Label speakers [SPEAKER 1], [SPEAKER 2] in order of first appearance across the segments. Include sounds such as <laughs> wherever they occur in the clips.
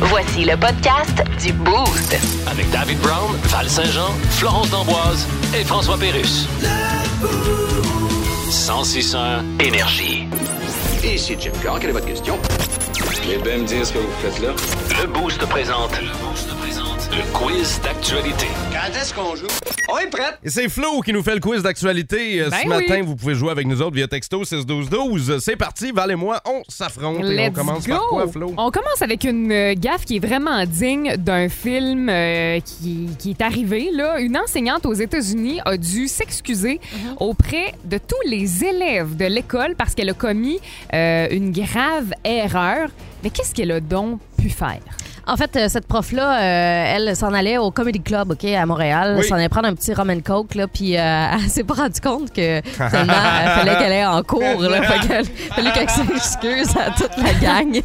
[SPEAKER 1] Voici le podcast du Boost.
[SPEAKER 2] Avec David Brown, Val Saint-Jean, Florence D'Amboise et François Pérus. 1061 énergie.
[SPEAKER 3] Ici Jim Carr, quelle est votre question?
[SPEAKER 4] Eh bien, me dire ce que vous faites là.
[SPEAKER 2] Le Boost présente. Le Boost présente. Le quiz d'actualité.
[SPEAKER 3] Quand est-ce qu'on joue? On est prêt!
[SPEAKER 5] Et c'est Flo qui nous fait le quiz d'actualité. Euh,
[SPEAKER 6] Ben
[SPEAKER 5] ce
[SPEAKER 6] oui.
[SPEAKER 5] matin, vous pouvez jouer avec nous autres via texto 612-12. C'est parti, Val et moi, on s'affronte. Et on
[SPEAKER 6] Let's
[SPEAKER 5] commence
[SPEAKER 6] go.
[SPEAKER 5] par quoi, Flo? <laughs>
[SPEAKER 6] On commence avec une euh, gaffe qui est vraiment digne d'un film euh, qui, qui est arrivé. Là. Une enseignante aux États-Unis a dû s'excuser auprès de tous les élèves de l'école parce qu'elle a commis euh, une grave erreur. Mais qu'est-ce qu'elle a donc pu faire?
[SPEAKER 7] En fait, euh, cette prof-là, euh, elle s'en allait au Comedy Club, OK, à Montréal.
[SPEAKER 5] Oui.
[SPEAKER 7] Elle s'en allait prendre un petit rum and coke, là, puis euh, <laughs> elle s'est pas rendue compte que finalement, il
[SPEAKER 5] <laughs>
[SPEAKER 7] fallait qu'elle aille en cours, là. Fait qu'elle, <laughs> fallait qu'elle s'excuse à toute la
[SPEAKER 5] <laughs>
[SPEAKER 7] gang.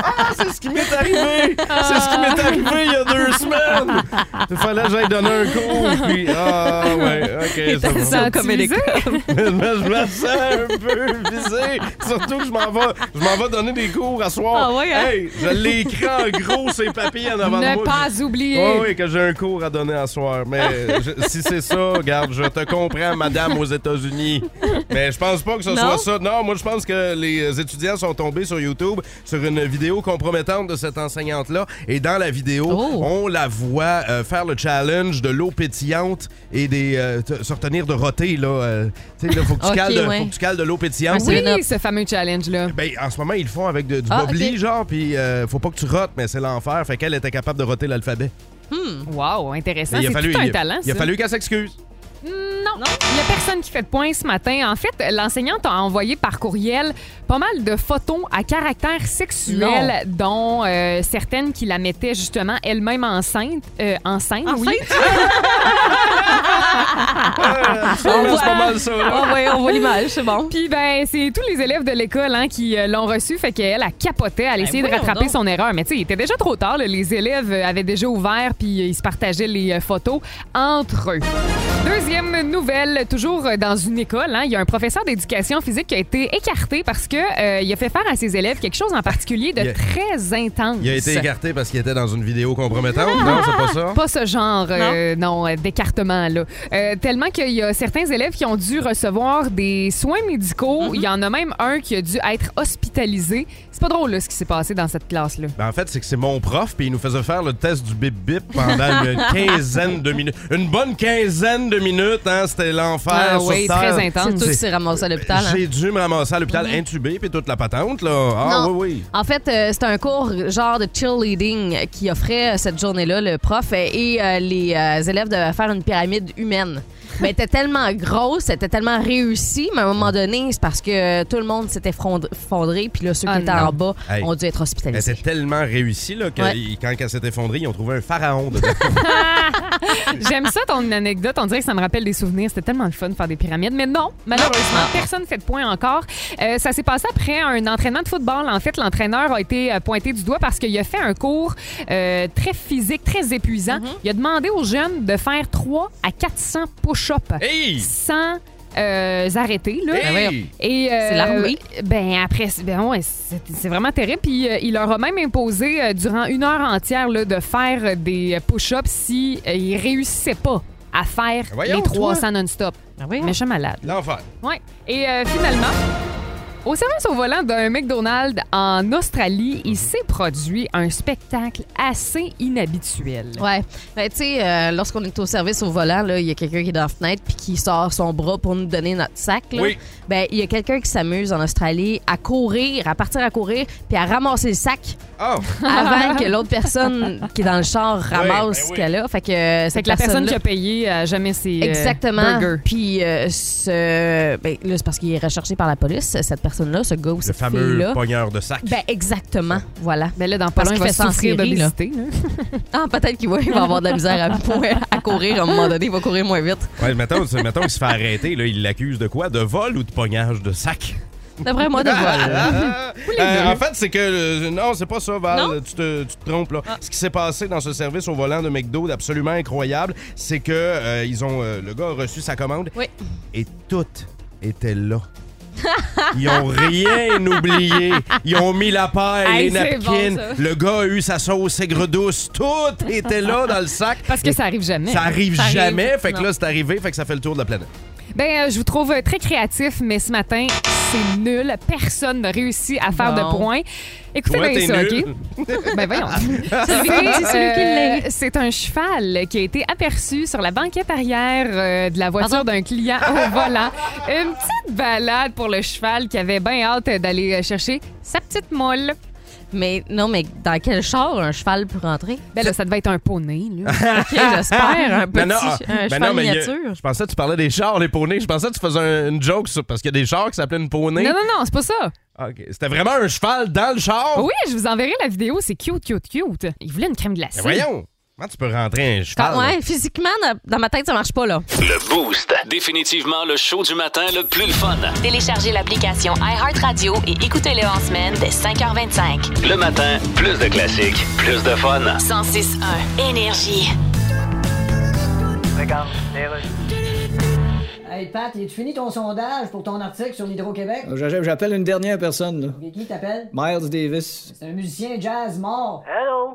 [SPEAKER 5] Ah, C'est ce qui m'est arrivé! C'est ce qui m'est arrivé il y
[SPEAKER 6] <laughs>
[SPEAKER 5] a deux semaines! Il fallait que j'aille donner un coup, puis... Ah, ouais,
[SPEAKER 6] <laughs>
[SPEAKER 5] OK, c'est
[SPEAKER 7] t'as
[SPEAKER 5] bon.
[SPEAKER 7] ça. au Comedy
[SPEAKER 6] Utilisé?
[SPEAKER 5] <laughs> je me sens un peu visé. Surtout que je m'en vais, je m'en vais donner des cours à soir.
[SPEAKER 7] Ah ouais, hein?
[SPEAKER 5] Hey, je l'ai écrit en gros, ces papiers en avant de
[SPEAKER 6] Ne
[SPEAKER 5] moi.
[SPEAKER 6] pas oublier.
[SPEAKER 5] Oui, oui, que j'ai un cours à donner à soir.
[SPEAKER 7] Ah.
[SPEAKER 5] Mais <laughs> je- si c'est ça, regarde, je te comprends, madame, aux États-Unis. Mais je pense pas que ce
[SPEAKER 7] Non?
[SPEAKER 5] soit ça. Non, moi, je pense que les étudiants sont tombés sur YouTube sur une vidéo compromettante de cette enseignante-là. Et dans la vidéo,
[SPEAKER 7] Oh.
[SPEAKER 5] on la voit euh, faire le challenge de l'eau pétillante et des, euh, te- se retenir de roter. Là, Euh, tu sais, là, faut, que tu
[SPEAKER 7] Ok,
[SPEAKER 5] cales de-
[SPEAKER 7] ouais.
[SPEAKER 5] faut que tu cales de l'eau pétillante.
[SPEAKER 6] Oui,
[SPEAKER 7] Céline Up.
[SPEAKER 6] ce fameux challenge-là.
[SPEAKER 5] Ben, en ce moment, ils le font avec de- du
[SPEAKER 7] Ah,
[SPEAKER 5] bobli,
[SPEAKER 7] ok.
[SPEAKER 5] genre, puis euh, faut pas que tu rotes, mais c'est l'enfer. Fait qu'elle était capable de roter l'alphabet.
[SPEAKER 6] Wow, intéressant.
[SPEAKER 5] Mais
[SPEAKER 6] C'est tout un
[SPEAKER 5] Ben, il a-
[SPEAKER 6] talent,
[SPEAKER 5] il a
[SPEAKER 6] ça.
[SPEAKER 5] fallu qu'elle s'excuse.
[SPEAKER 6] Non, il n'y a personne qui fait de point ce matin. En fait, l'enseignante a envoyé par courriel pas mal de photos à caractère sexuel, dont euh, certaines qui la mettaient justement elle-même enceinte. euh, enceinte, oui.
[SPEAKER 5] Ça, là, c'est Ah, pas mal ça. là.
[SPEAKER 7] on, voit, on voit l'image, c'est bon.
[SPEAKER 6] Puis ben, c'est tous les élèves de l'école hein, qui euh, l'ont reçu, fait qu'elle a capoté, elle a essayé de
[SPEAKER 7] Ben voyons
[SPEAKER 6] rattraper
[SPEAKER 7] donc.
[SPEAKER 6] son erreur. Mais tu sais, il était déjà trop tard. là. Les élèves euh, avaient déjà ouvert, puis euh, ils se partageaient les euh, photos entre eux. Deuxième nouvelle, toujours euh, dans une école, hein, il y a un professeur d'éducation physique qui a été écarté parce que euh, il a fait faire à ses élèves quelque chose en particulier de
[SPEAKER 5] Il a-
[SPEAKER 6] très intense.
[SPEAKER 5] Il a été écarté parce qu'il était dans une vidéo compromettante.
[SPEAKER 6] <laughs>
[SPEAKER 5] Non, c'est pas ça.
[SPEAKER 6] Pas ce genre euh, non, euh, d'écartement là. Euh, tellement qu'il y a certains élèves qui ont dû recevoir des soins médicaux. Il y en a même un qui a dû être hospitalisé. C'est pas drôle là, ce qui s'est passé dans cette classe là.
[SPEAKER 5] Ben, en fait, c'est que c'est mon prof, puis il nous faisait faire le test du bip-bip pendant
[SPEAKER 6] <laughs>
[SPEAKER 5] une quinzaine de minutes. Une bonne quinzaine de minutes, hein? C'était l'enfer
[SPEAKER 6] Ah
[SPEAKER 5] sur
[SPEAKER 6] oui,
[SPEAKER 5] Terre.
[SPEAKER 6] très intense.
[SPEAKER 7] C'est toi qui s'est ramassé à l'hôpital. hein.
[SPEAKER 5] J'ai dû me ramasser à l'hôpital
[SPEAKER 6] Mm-hmm.
[SPEAKER 5] intubé, puis toute la patente, là. Ah
[SPEAKER 7] Non.
[SPEAKER 5] oui, oui.
[SPEAKER 7] En fait, euh, c'était un cours genre de cheerleading qui offrait euh, cette journée-là le prof euh, et euh, les euh, élèves devaient faire une pyramide humaine. Mais elle était tellement grosse, elle était tellement réussie, mais à un moment donné, c'est parce que euh, tout le monde s'était frondr- fondré, puis là, ceux qui
[SPEAKER 6] Ah
[SPEAKER 7] étaient
[SPEAKER 6] non.
[SPEAKER 7] en bas
[SPEAKER 5] Hey.
[SPEAKER 7] ont dû être
[SPEAKER 5] Elle
[SPEAKER 7] hospitalisés.
[SPEAKER 5] était tellement réussie, là, que
[SPEAKER 7] Ouais.
[SPEAKER 5] il- quand elle s'est effondrée, ils ont trouvé
[SPEAKER 6] <laughs>
[SPEAKER 5] un pharaon dedans.
[SPEAKER 6] J'aime ça ton anecdote, on dirait que ça me rappelle des souvenirs, c'était tellement le fun de faire des pyramides, mais non, malheureusement,
[SPEAKER 5] Ah.
[SPEAKER 6] personne ne fait de point encore. Euh, ça s'est passé après un entraînement de football. En fait, l'entraîneur a été euh, pointé du doigt parce qu'il a fait un cours euh, très physique, très épuisant.
[SPEAKER 5] Mhm.
[SPEAKER 6] Il a demandé aux jeunes de faire 3 à 400 push-ups.
[SPEAKER 5] hey!
[SPEAKER 6] sans euh, arrêter. Là.
[SPEAKER 5] Hey!
[SPEAKER 6] Et, euh,
[SPEAKER 7] C'est l'armée.
[SPEAKER 6] Ben après, c'est- ben ouais, c'est c'est vraiment terrible. Puis euh, il leur a même imposé euh, durant une heure entière là, de faire euh, des push-ups si euh, ils réussissaient pas à faire
[SPEAKER 5] Ben Voyons,
[SPEAKER 6] les
[SPEAKER 5] toi.
[SPEAKER 6] 300 non-stop. Méchant malade.
[SPEAKER 5] L'enfer.
[SPEAKER 6] Ouais. Et euh, finalement, au service au volant d'un McDonald's en Australie, il s'est produit un spectacle assez inhabituel.
[SPEAKER 7] Ouais. Ben, tu sais, euh, lorsqu'on est au service au volant, là, il y a quelqu'un qui est dans la fenêtre puis qui sort son bras pour nous donner notre sac. Là.
[SPEAKER 5] Oui.
[SPEAKER 7] Ben, il y a quelqu'un qui s'amuse en Australie à courir, à partir à courir, puis à ramasser le sac
[SPEAKER 6] Ah. <laughs>
[SPEAKER 5] Oh!
[SPEAKER 7] avant que l'autre personne qui est dans le char ramasse
[SPEAKER 5] ben
[SPEAKER 7] ce
[SPEAKER 5] oui.
[SPEAKER 7] qu'elle a. Fait que euh,
[SPEAKER 6] C'est
[SPEAKER 7] cette
[SPEAKER 6] que la personne qui
[SPEAKER 7] personne-là-
[SPEAKER 6] a payé a jamais ses euh,
[SPEAKER 7] Exactement.
[SPEAKER 6] burgers.
[SPEAKER 7] Puis euh, ce... ben, là, c'est parce qu'il est recherché par la police, cette personne-là, ce gars ou
[SPEAKER 5] Le
[SPEAKER 7] cette
[SPEAKER 5] fameux
[SPEAKER 7] fille-là.
[SPEAKER 5] pogneur de sac.
[SPEAKER 7] Ben, exactement. Voilà.
[SPEAKER 6] Mais là, dans pas
[SPEAKER 7] Parce
[SPEAKER 6] long, il
[SPEAKER 7] qu'il
[SPEAKER 6] va
[SPEAKER 7] fait ça en
[SPEAKER 6] souffrir
[SPEAKER 7] série, là.
[SPEAKER 6] d'obésité. là.
[SPEAKER 7] Ah, peut-être qu'il va, <laughs> il va avoir de la
[SPEAKER 6] <laughs>
[SPEAKER 7] misère à, <laughs> pour- à courir à un moment donné. Il va courir moins vite.
[SPEAKER 5] Ouais, mettons, c'est- mettons qu'il se fait arrêter, là, il l'accuse de quoi? De vol ou de pognage de sac?
[SPEAKER 7] D'après
[SPEAKER 5] <laughs>
[SPEAKER 7] moi, de vol.
[SPEAKER 5] Ah, euh, en fait, c'est que. euh, non, c'est pas ça, Val. Tu te, tu te trompes, là.
[SPEAKER 6] Ah.
[SPEAKER 5] Ce qui s'est passé dans ce service au volant de McDo d'absolument incroyable, c'est que euh, ils ont, euh, le gars a reçu sa commande.
[SPEAKER 7] Oui.
[SPEAKER 5] Et toutes
[SPEAKER 6] <laughs>
[SPEAKER 5] étaient là. Ils ont rien oublié. Ils ont mis la paille,
[SPEAKER 6] Hey,
[SPEAKER 5] les
[SPEAKER 6] c'est bon,
[SPEAKER 5] napkins.
[SPEAKER 6] ça.
[SPEAKER 5] le gars a eu sa sauce aigre douce. Tout était là dans le sac.
[SPEAKER 6] Parce que
[SPEAKER 5] Et
[SPEAKER 6] ça arrive jamais.
[SPEAKER 5] ça arrive
[SPEAKER 6] Ça arrive,
[SPEAKER 5] jamais. Fait que
[SPEAKER 6] non.
[SPEAKER 5] là, c'est arrivé. Fait que ça fait le tour de la planète.
[SPEAKER 6] Ben, euh, je vous trouve euh, très créatif, mais ce matin, c'est nul. Personne n'a réussi à faire
[SPEAKER 7] Non.
[SPEAKER 6] de points. Écoutez
[SPEAKER 5] Toi,
[SPEAKER 6] bien
[SPEAKER 5] t'es
[SPEAKER 6] ça,
[SPEAKER 5] nul. <laughs>
[SPEAKER 6] OK? Ben voyons. C'est euh, c'est un cheval qui a été aperçu sur la banquette arrière euh, de la voiture d'un client au volant. Une petite balade pour le cheval qui avait bien hâte d'aller euh, chercher sa petite molle.
[SPEAKER 7] Mais non, mais dans quel char un cheval peut rentrer?
[SPEAKER 6] Ben là, ça devait être un poney. là.
[SPEAKER 7] <laughs> Ok, j'espère. Un petit
[SPEAKER 5] <laughs> Non, non, ah,
[SPEAKER 7] un
[SPEAKER 5] ben
[SPEAKER 7] cheval
[SPEAKER 5] non, mais il y a-
[SPEAKER 7] miniature.
[SPEAKER 5] je pensais que tu parlais des chars, les poneys. Je pensais que tu faisais un- une joke sur- parce qu'il y a des chars qui s'appelaient une poney.
[SPEAKER 6] Non, non, non, c'est pas ça.
[SPEAKER 5] Ah, ok. C'était vraiment un cheval dans le char.
[SPEAKER 6] Oui, je vous enverrai la vidéo. C'est cute, cute, cute. Il voulait une crème glacée.
[SPEAKER 5] Mais Ben voyons, comment tu peux rentrer un cheval?
[SPEAKER 7] Quand- Ah, ouais, physiquement, dans, dans ma tête, ça marche pas, là.
[SPEAKER 2] Le Boost. Définitivement le show du matin le plus le fun.
[SPEAKER 1] Téléchargez l'application iHeartRadio et écoutez-le en semaine dès 5h25.
[SPEAKER 2] Le matin, plus de classiques, plus de fun.
[SPEAKER 1] 106.1 Énergie.
[SPEAKER 8] Hey Pat, tu fini ton sondage pour ton article sur l'Hydro-Québec?
[SPEAKER 9] J'a- J'appelle une dernière personne, là.
[SPEAKER 8] Et Qui t'appelle?
[SPEAKER 9] Miles Davis.
[SPEAKER 8] C'est un musicien jazz mort.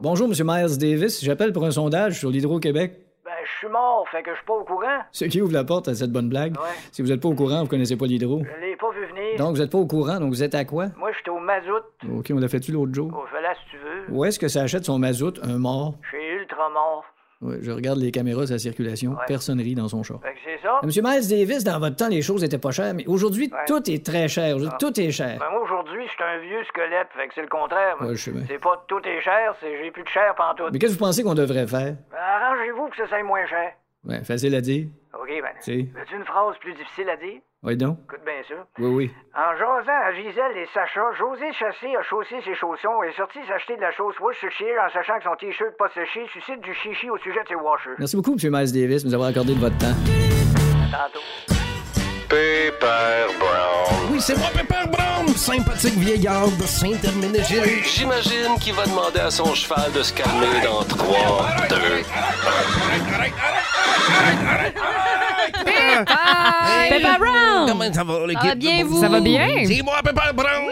[SPEAKER 9] Bonjour, Monsieur Miles Davis. J'appelle pour un sondage sur l'Hydro-Québec.
[SPEAKER 8] Ben, je suis mort, fait que je suis pas au courant.
[SPEAKER 9] Ce qui ouvre la porte à cette bonne blague. Si vous n'êtes pas au courant, vous connaissez pas l'Hydro.
[SPEAKER 8] Je l'ai pas vu venir.
[SPEAKER 9] Donc, vous n'êtes pas au courant, donc vous êtes à quoi?
[SPEAKER 8] Moi, j'étais au Mazout.
[SPEAKER 9] OK, on l'a fait-tu l'autre jour?
[SPEAKER 8] Au Velas, si tu veux.
[SPEAKER 9] Où est-ce que ça achète son mazout, un mort?
[SPEAKER 8] Chez Ultramort.
[SPEAKER 9] Ouais, je regarde les caméras, sa circulation. Personne rit dans son char. Euh,
[SPEAKER 8] Fait que c'est ça.
[SPEAKER 9] Monsieur Miles Davis, dans votre temps, les choses étaient pas chères, mais aujourd'hui, tout est très cher. Aujourd'hui, Tout est cher.
[SPEAKER 8] Ben, moi, aujourd'hui, je suis un vieux squelette, fait que c'est le contraire. moi.
[SPEAKER 9] Ouais, je sais bien.
[SPEAKER 8] C'est pas tout est cher, c'est j'ai plus de chair pantoute.
[SPEAKER 9] Mais qu'est-ce que vous pensez qu'on devrait faire?
[SPEAKER 8] Ben, arrangez-vous que ça soit moins cher.
[SPEAKER 9] Ouais, facile à dire.
[SPEAKER 8] OK, ben.
[SPEAKER 9] Si.
[SPEAKER 8] Veux-tu une phrase plus difficile à dire?
[SPEAKER 9] Oui, donc.
[SPEAKER 8] Écoute bien ça.
[SPEAKER 9] Oui, oui.
[SPEAKER 8] En jasant à Gisèle et Sacha, José Chassé a chaussé ses chaussons et est sorti s'acheter de la chausse Worcestershire en sachant que son t-shirt pas séché suscite du chichi au sujet de ses washers.
[SPEAKER 9] Merci beaucoup, Monsieur Miles Davis, de nous avoir accordé de votre temps.
[SPEAKER 8] Tantôt.
[SPEAKER 4] Pepper Brown.
[SPEAKER 5] Oui, c'est moi, Pepper Brown, sympathique vieillard de Saint-Herménégil.
[SPEAKER 2] J'imagine qu'il va demander à son cheval de se calmer dans 3, 2,
[SPEAKER 7] Peppa Brown!
[SPEAKER 5] Comment ça va, l'équipe?
[SPEAKER 7] Ah, bien,
[SPEAKER 5] de
[SPEAKER 7] vous?
[SPEAKER 6] Ça va bien?
[SPEAKER 5] C'est moi, Pepper Brown,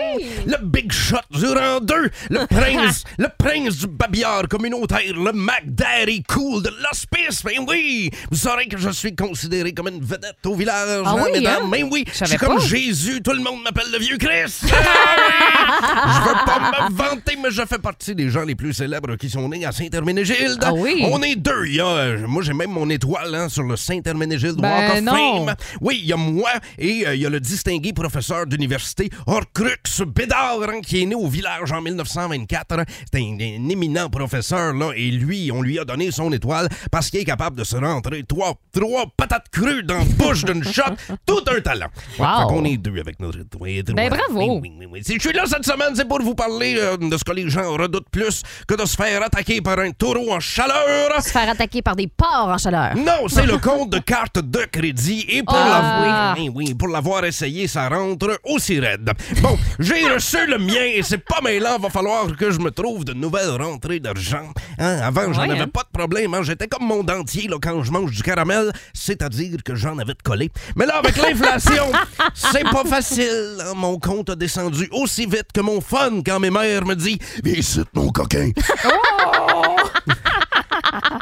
[SPEAKER 5] le big shot du rang 2,
[SPEAKER 7] <laughs>
[SPEAKER 5] le prince, le prince du babillard communautaire, le Mac Daddy cool de l'hospice. Ben oui, vous saurez que je suis considéré comme une vedette au village,
[SPEAKER 7] Ah
[SPEAKER 5] hein,
[SPEAKER 7] oui,
[SPEAKER 5] mesdames.
[SPEAKER 7] hein?
[SPEAKER 5] Ben oui, je
[SPEAKER 6] savais
[SPEAKER 5] suis comme
[SPEAKER 6] pas.
[SPEAKER 5] Jésus, tout le monde m'appelle le
[SPEAKER 7] <laughs>
[SPEAKER 5] vieux Christ. Ah oui! Je veux pas me vanter, mais je fais partie des gens les plus célèbres qui sont nés à Saint-Herménégilde.
[SPEAKER 7] Ah oui?
[SPEAKER 5] On est deux. Il y a, euh, moi, j'ai même mon étoile hein, sur le Saint-Herménégilde
[SPEAKER 6] Ben
[SPEAKER 5] Walk of
[SPEAKER 6] non.
[SPEAKER 5] Fame. Oui, il y a moi et euh, il y a le distingué professeur d'université Horcrux Bédard, hein, qui est né au village en 1924. hein. C'est un, un éminent professeur, là, et lui, on lui a donné son étoile parce qu'il est capable de se rentrer trois, trois patates crues dans la bouche
[SPEAKER 6] <laughs>
[SPEAKER 5] d'une shot. Tout un talent. Ouais,
[SPEAKER 7] Wow.
[SPEAKER 5] fait qu'on est deux avec notre étoile.
[SPEAKER 6] Ben, bravo.
[SPEAKER 5] Oui, oui, oui. Si je suis là cette semaine, c'est pour vous parler euh, de ce que les gens redoutent plus que de se faire attaquer par un taureau en chaleur.
[SPEAKER 7] Se faire attaquer par des porcs en chaleur.
[SPEAKER 5] Non,
[SPEAKER 7] <laughs>
[SPEAKER 5] c'est le compte de carte de crédit et pour
[SPEAKER 6] Ah.
[SPEAKER 5] l'avoir oui, oui, pour l'avoir essayé, ça rentre aussi raide. Bon, j'ai reçu le mien et c'est pas mêlant, va falloir que je me trouve de nouvelles rentrées d'argent. Hein, avant, j'en
[SPEAKER 6] Ouais,
[SPEAKER 5] avais
[SPEAKER 6] hein.
[SPEAKER 5] pas de problème, hein, j'étais comme mon dentier là, quand je mange du caramel, c'est-à-dire que j'en avais de collé. Mais là avec l'inflation,
[SPEAKER 6] <laughs>
[SPEAKER 5] c'est pas facile. hein. mon compte a descendu aussi vite que mon fun quand mes mères me dit "Viens ici, mon coquin."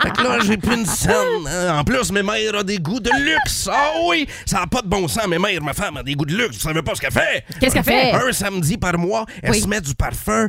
[SPEAKER 5] Fait que là, j'ai plus une scène. hein. En plus, mes mères ont des goûts de luxe. Ah oui, ça n'a pas de bon sens. Mes mères, ma femme, a des goûts de luxe. Vous savez pas ce qu'elle fait.
[SPEAKER 7] Qu'est-ce qu'elle fait?
[SPEAKER 5] Un samedi par mois, elle
[SPEAKER 7] Oui.
[SPEAKER 5] se met du parfum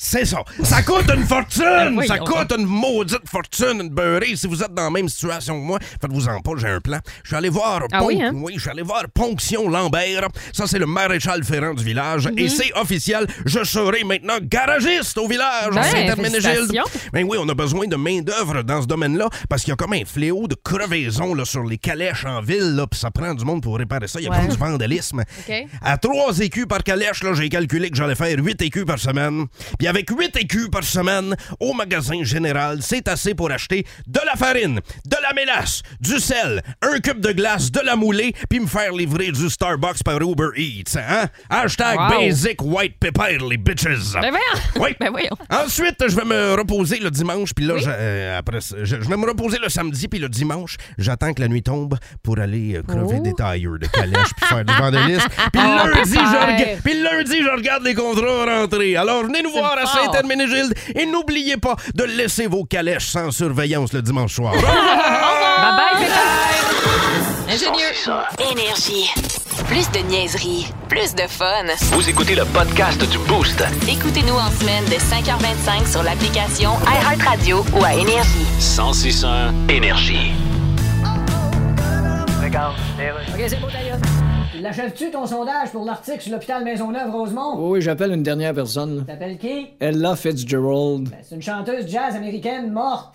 [SPEAKER 5] C'est ça. Ça coûte une fortune!
[SPEAKER 6] Ben
[SPEAKER 5] ça
[SPEAKER 6] voyons
[SPEAKER 5] coûte une maudite fortune, une beurrée. Si vous êtes dans la même situation que moi, faites-vous-en pas, j'ai un plan. Je suis allé voir...
[SPEAKER 6] Ah oui, hein?
[SPEAKER 5] je suis allé voir Ponction Lambert. Ça, c'est le maréchal ferrant du village.
[SPEAKER 6] Mhm.
[SPEAKER 5] Et c'est officiel, je serai maintenant garagiste au village
[SPEAKER 6] Ben,
[SPEAKER 5] à Saint-Herménégilde.
[SPEAKER 6] félicitations.
[SPEAKER 5] Ben oui, on a besoin de main-d'œuvre dans ce domaine-là parce qu'il y a comme un fléau de crevaison là, sur les calèches en ville, là, puis ça prend du monde pour réparer ça. Il y a
[SPEAKER 7] Ouais.
[SPEAKER 5] plus du vandalisme.
[SPEAKER 7] OK.
[SPEAKER 5] À 3 écus par calèche, là, j'ai calculé que j'allais faire 8 écus par semaine. Puis avec 8 écus par semaine, au magasin général, c'est assez pour acheter de la farine, de la mélasse, du sel, un cube de glace, de la moulée, puis me faire livrer du Starbucks par Uber Eats. Hein? Hashtag
[SPEAKER 6] Wow.
[SPEAKER 5] basic white pepper, les bitches.
[SPEAKER 6] Ben voyons.
[SPEAKER 5] Ah. Oui.
[SPEAKER 6] Ben voyons.
[SPEAKER 5] Ensuite, je vais me reposer le dimanche, puis là, je, euh, après, ça, je, je vais me reposer le samedi, puis le dimanche, j'attends que la nuit tombe pour aller euh, crever
[SPEAKER 6] Oh.
[SPEAKER 5] des tailleurs de calèche, puis faire du
[SPEAKER 6] <laughs>
[SPEAKER 5] vandalisme. Puis
[SPEAKER 6] Ah,
[SPEAKER 5] lundi, je
[SPEAKER 6] pépère.
[SPEAKER 5] rega- puis lundi, je regarde les contrats rentrer. Alors, venez nous voir à
[SPEAKER 6] fort.
[SPEAKER 5] Saint-Herménégilde, et n'oubliez pas de laisser vos calèches sans surveillance le dimanche soir. <laughs>
[SPEAKER 6] Bye bye,
[SPEAKER 7] Ingénieux.
[SPEAKER 1] Énergie. Plus de niaiserie, plus de fun.
[SPEAKER 2] Vous écoutez le podcast du Boost.
[SPEAKER 1] Écoutez-nous en semaine de 5h25 sur l'application iHeartRadio ou à Énergie.
[SPEAKER 2] 1061 Énergie.
[SPEAKER 10] L'achèves-tu ton sondage pour l'article sur l'hôpital Maisonneuve-Rosemont?
[SPEAKER 9] Oh Oui, j'appelle une dernière personne. là.
[SPEAKER 10] T'appelles qui?
[SPEAKER 9] Ella Fitzgerald.
[SPEAKER 10] C'est une chanteuse jazz américaine morte.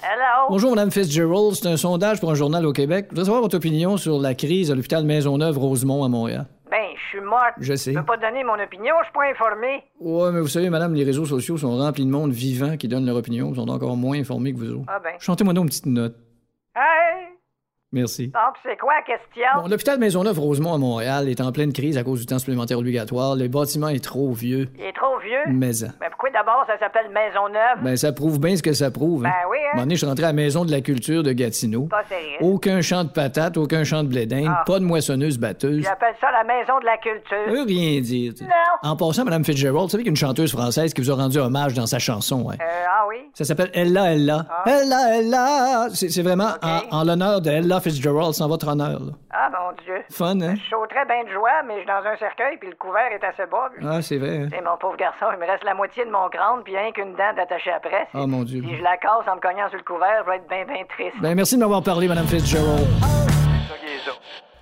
[SPEAKER 9] Bonjour, Madame Fitzgerald. C'est un sondage pour un journal au Québec. Je voudrais savoir votre opinion sur la crise à l'hôpital Maisonneuve-Rosemont à Montréal.
[SPEAKER 8] Ben, je suis morte.
[SPEAKER 9] Je sais.
[SPEAKER 8] Je peux pas donner mon opinion, je suis pas informé.
[SPEAKER 9] Ouais, mais vous savez, madame, les réseaux sociaux sont remplis de monde vivant qui donne leur opinion, ils sont encore moins informés que vous autres.
[SPEAKER 8] Ah ben.
[SPEAKER 9] Chantez-moi donc une petite note.
[SPEAKER 8] Hey!
[SPEAKER 9] Merci.
[SPEAKER 8] Donc, c'est quoi la question?
[SPEAKER 9] Bon, l'hôpital Maisonneuve-Rosemont à Montréal est en pleine crise à cause du temps supplémentaire obligatoire. Le bâtiment est trop vieux.
[SPEAKER 8] Il est trop vieux?
[SPEAKER 9] Mais, hein.
[SPEAKER 8] Ben, pourquoi d'abord ça s'appelle Maisonneuve?
[SPEAKER 9] ben, ça prouve bien ce que ça prouve.
[SPEAKER 8] Ben oui, hein.
[SPEAKER 9] Un moment donné, je suis rentré à la Maison de la Culture de Gatineau.
[SPEAKER 8] Pas sérieux.
[SPEAKER 9] Aucun champ de patates, aucun champ de blé d'Inde,
[SPEAKER 8] Ah.
[SPEAKER 9] pas de moissonneuse batteuse.
[SPEAKER 8] J'appelle ça la Maison de la Culture.
[SPEAKER 9] Ça veut rien dire. tu sais.
[SPEAKER 8] Non.
[SPEAKER 9] En passant, Madame Fitzgerald, vous savez qu'il y a une chanteuse française qui vous a rendu hommage dans sa chanson. hein.
[SPEAKER 8] Euh, ah oui?
[SPEAKER 9] Ça s'appelle Ella Ella. Ella Ella! C'est c'est vraiment en, en l'honneur de Ella Fitzgerald, sans votre honneur. là.
[SPEAKER 8] Ah, mon Dieu.
[SPEAKER 9] Fun, hein?
[SPEAKER 8] Je sauterais bien de joie, mais je suis dans un cercueil, puis le couvert est assez bas. puis-
[SPEAKER 9] Ah, c'est vrai. hein?
[SPEAKER 8] Eh, mon pauvre garçon, il me reste la moitié de mon crâne, puis rien qu'une dent d'attacher après. Si-
[SPEAKER 9] Ah, mon Dieu.
[SPEAKER 8] Si je la casse en me cognant sur le couvert, je vais être bien, bien triste.
[SPEAKER 9] Ben, merci de m'avoir parlé, Madame Fitzgerald.
[SPEAKER 8] Ah,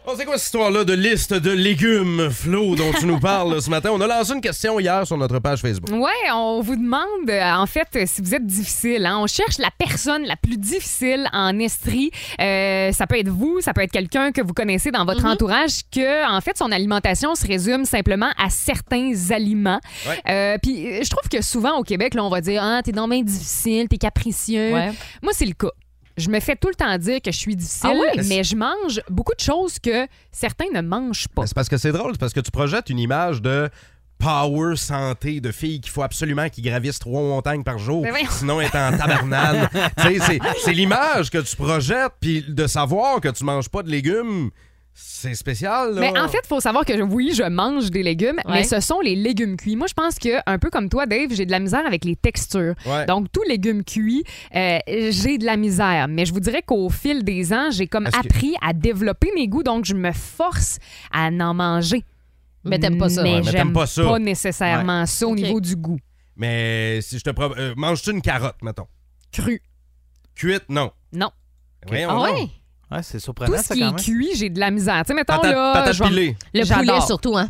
[SPEAKER 5] Bon, c'est quoi cette histoire-là de liste de légumes, Flo, dont tu nous parles ce matin? On a lancé une question hier sur notre page Facebook.
[SPEAKER 6] Ouais, on vous demande euh, en fait euh, si vous êtes difficile. hein. On cherche la personne la plus difficile en estrie. Euh, ça peut être vous, ça peut être quelqu'un que vous connaissez dans
[SPEAKER 7] Mm-hmm.
[SPEAKER 6] votre entourage que en fait son alimentation se résume simplement à certains aliments.
[SPEAKER 5] Ouais.
[SPEAKER 6] Euh, Puis euh, je trouve que souvent au Québec, là, on va dire ah t'es donc bien difficile, t'es capricieux.
[SPEAKER 7] Ouais.
[SPEAKER 6] Moi c'est le cas. Je me fais tout le temps dire que je suis difficile,
[SPEAKER 7] Ah ouais?
[SPEAKER 6] mais je mange beaucoup de choses que certains ne mangent pas.
[SPEAKER 5] Ben, C'est parce que c'est drôle, c'est parce que tu projettes une image de power santé de filles qu'il faut absolument qu'ils gravissent trois montagnes par jour,
[SPEAKER 6] Ben voyons.
[SPEAKER 5] sinon elles sont
[SPEAKER 6] <laughs>
[SPEAKER 5] en tabarnane. Tu sais, c'est- c'est l'image que tu projettes, puis de savoir que tu manges pas de légumes, c'est spécial. là.
[SPEAKER 6] Mais en fait, il faut savoir que je- oui, je mange des légumes, mais
[SPEAKER 7] Ouais.
[SPEAKER 6] ce sont les légumes cuits. Moi, je pense que, un peu comme toi, Dave, j'ai de la misère avec les textures.
[SPEAKER 5] Ouais.
[SPEAKER 6] Donc, tout légume cuit, euh, j'ai de la misère. Mais je vous dirais qu'au fil des ans, j'ai comme
[SPEAKER 5] Est-ce que-
[SPEAKER 6] appris à développer mes goûts, donc je me force à n'en manger.
[SPEAKER 7] Mais t'aimes pas ça.
[SPEAKER 6] Mais
[SPEAKER 5] Ouais, mais
[SPEAKER 6] j'aime
[SPEAKER 5] t'aimes
[SPEAKER 6] pas,
[SPEAKER 5] pas ça.
[SPEAKER 6] nécessairement ça au
[SPEAKER 7] Ok.
[SPEAKER 6] niveau du goût.
[SPEAKER 5] Mais si je te... pro- euh, Manges-tu une carotte, mettons?
[SPEAKER 6] Cru.
[SPEAKER 5] Cuite, non.
[SPEAKER 6] Non.
[SPEAKER 5] Voyons
[SPEAKER 6] Ah
[SPEAKER 5] donc.
[SPEAKER 6] ouais?
[SPEAKER 11] Ouais, c'est surprenant,
[SPEAKER 6] Tout ce
[SPEAKER 11] ça,
[SPEAKER 6] qui
[SPEAKER 11] quand
[SPEAKER 6] est
[SPEAKER 11] même.
[SPEAKER 6] cuit, j'ai de la misère. Tu sais, mettons,
[SPEAKER 5] Patate,
[SPEAKER 6] là,
[SPEAKER 5] patate
[SPEAKER 6] je vais-
[SPEAKER 5] pilée.
[SPEAKER 7] Le
[SPEAKER 6] J'adore.
[SPEAKER 7] poulet surtout, hein?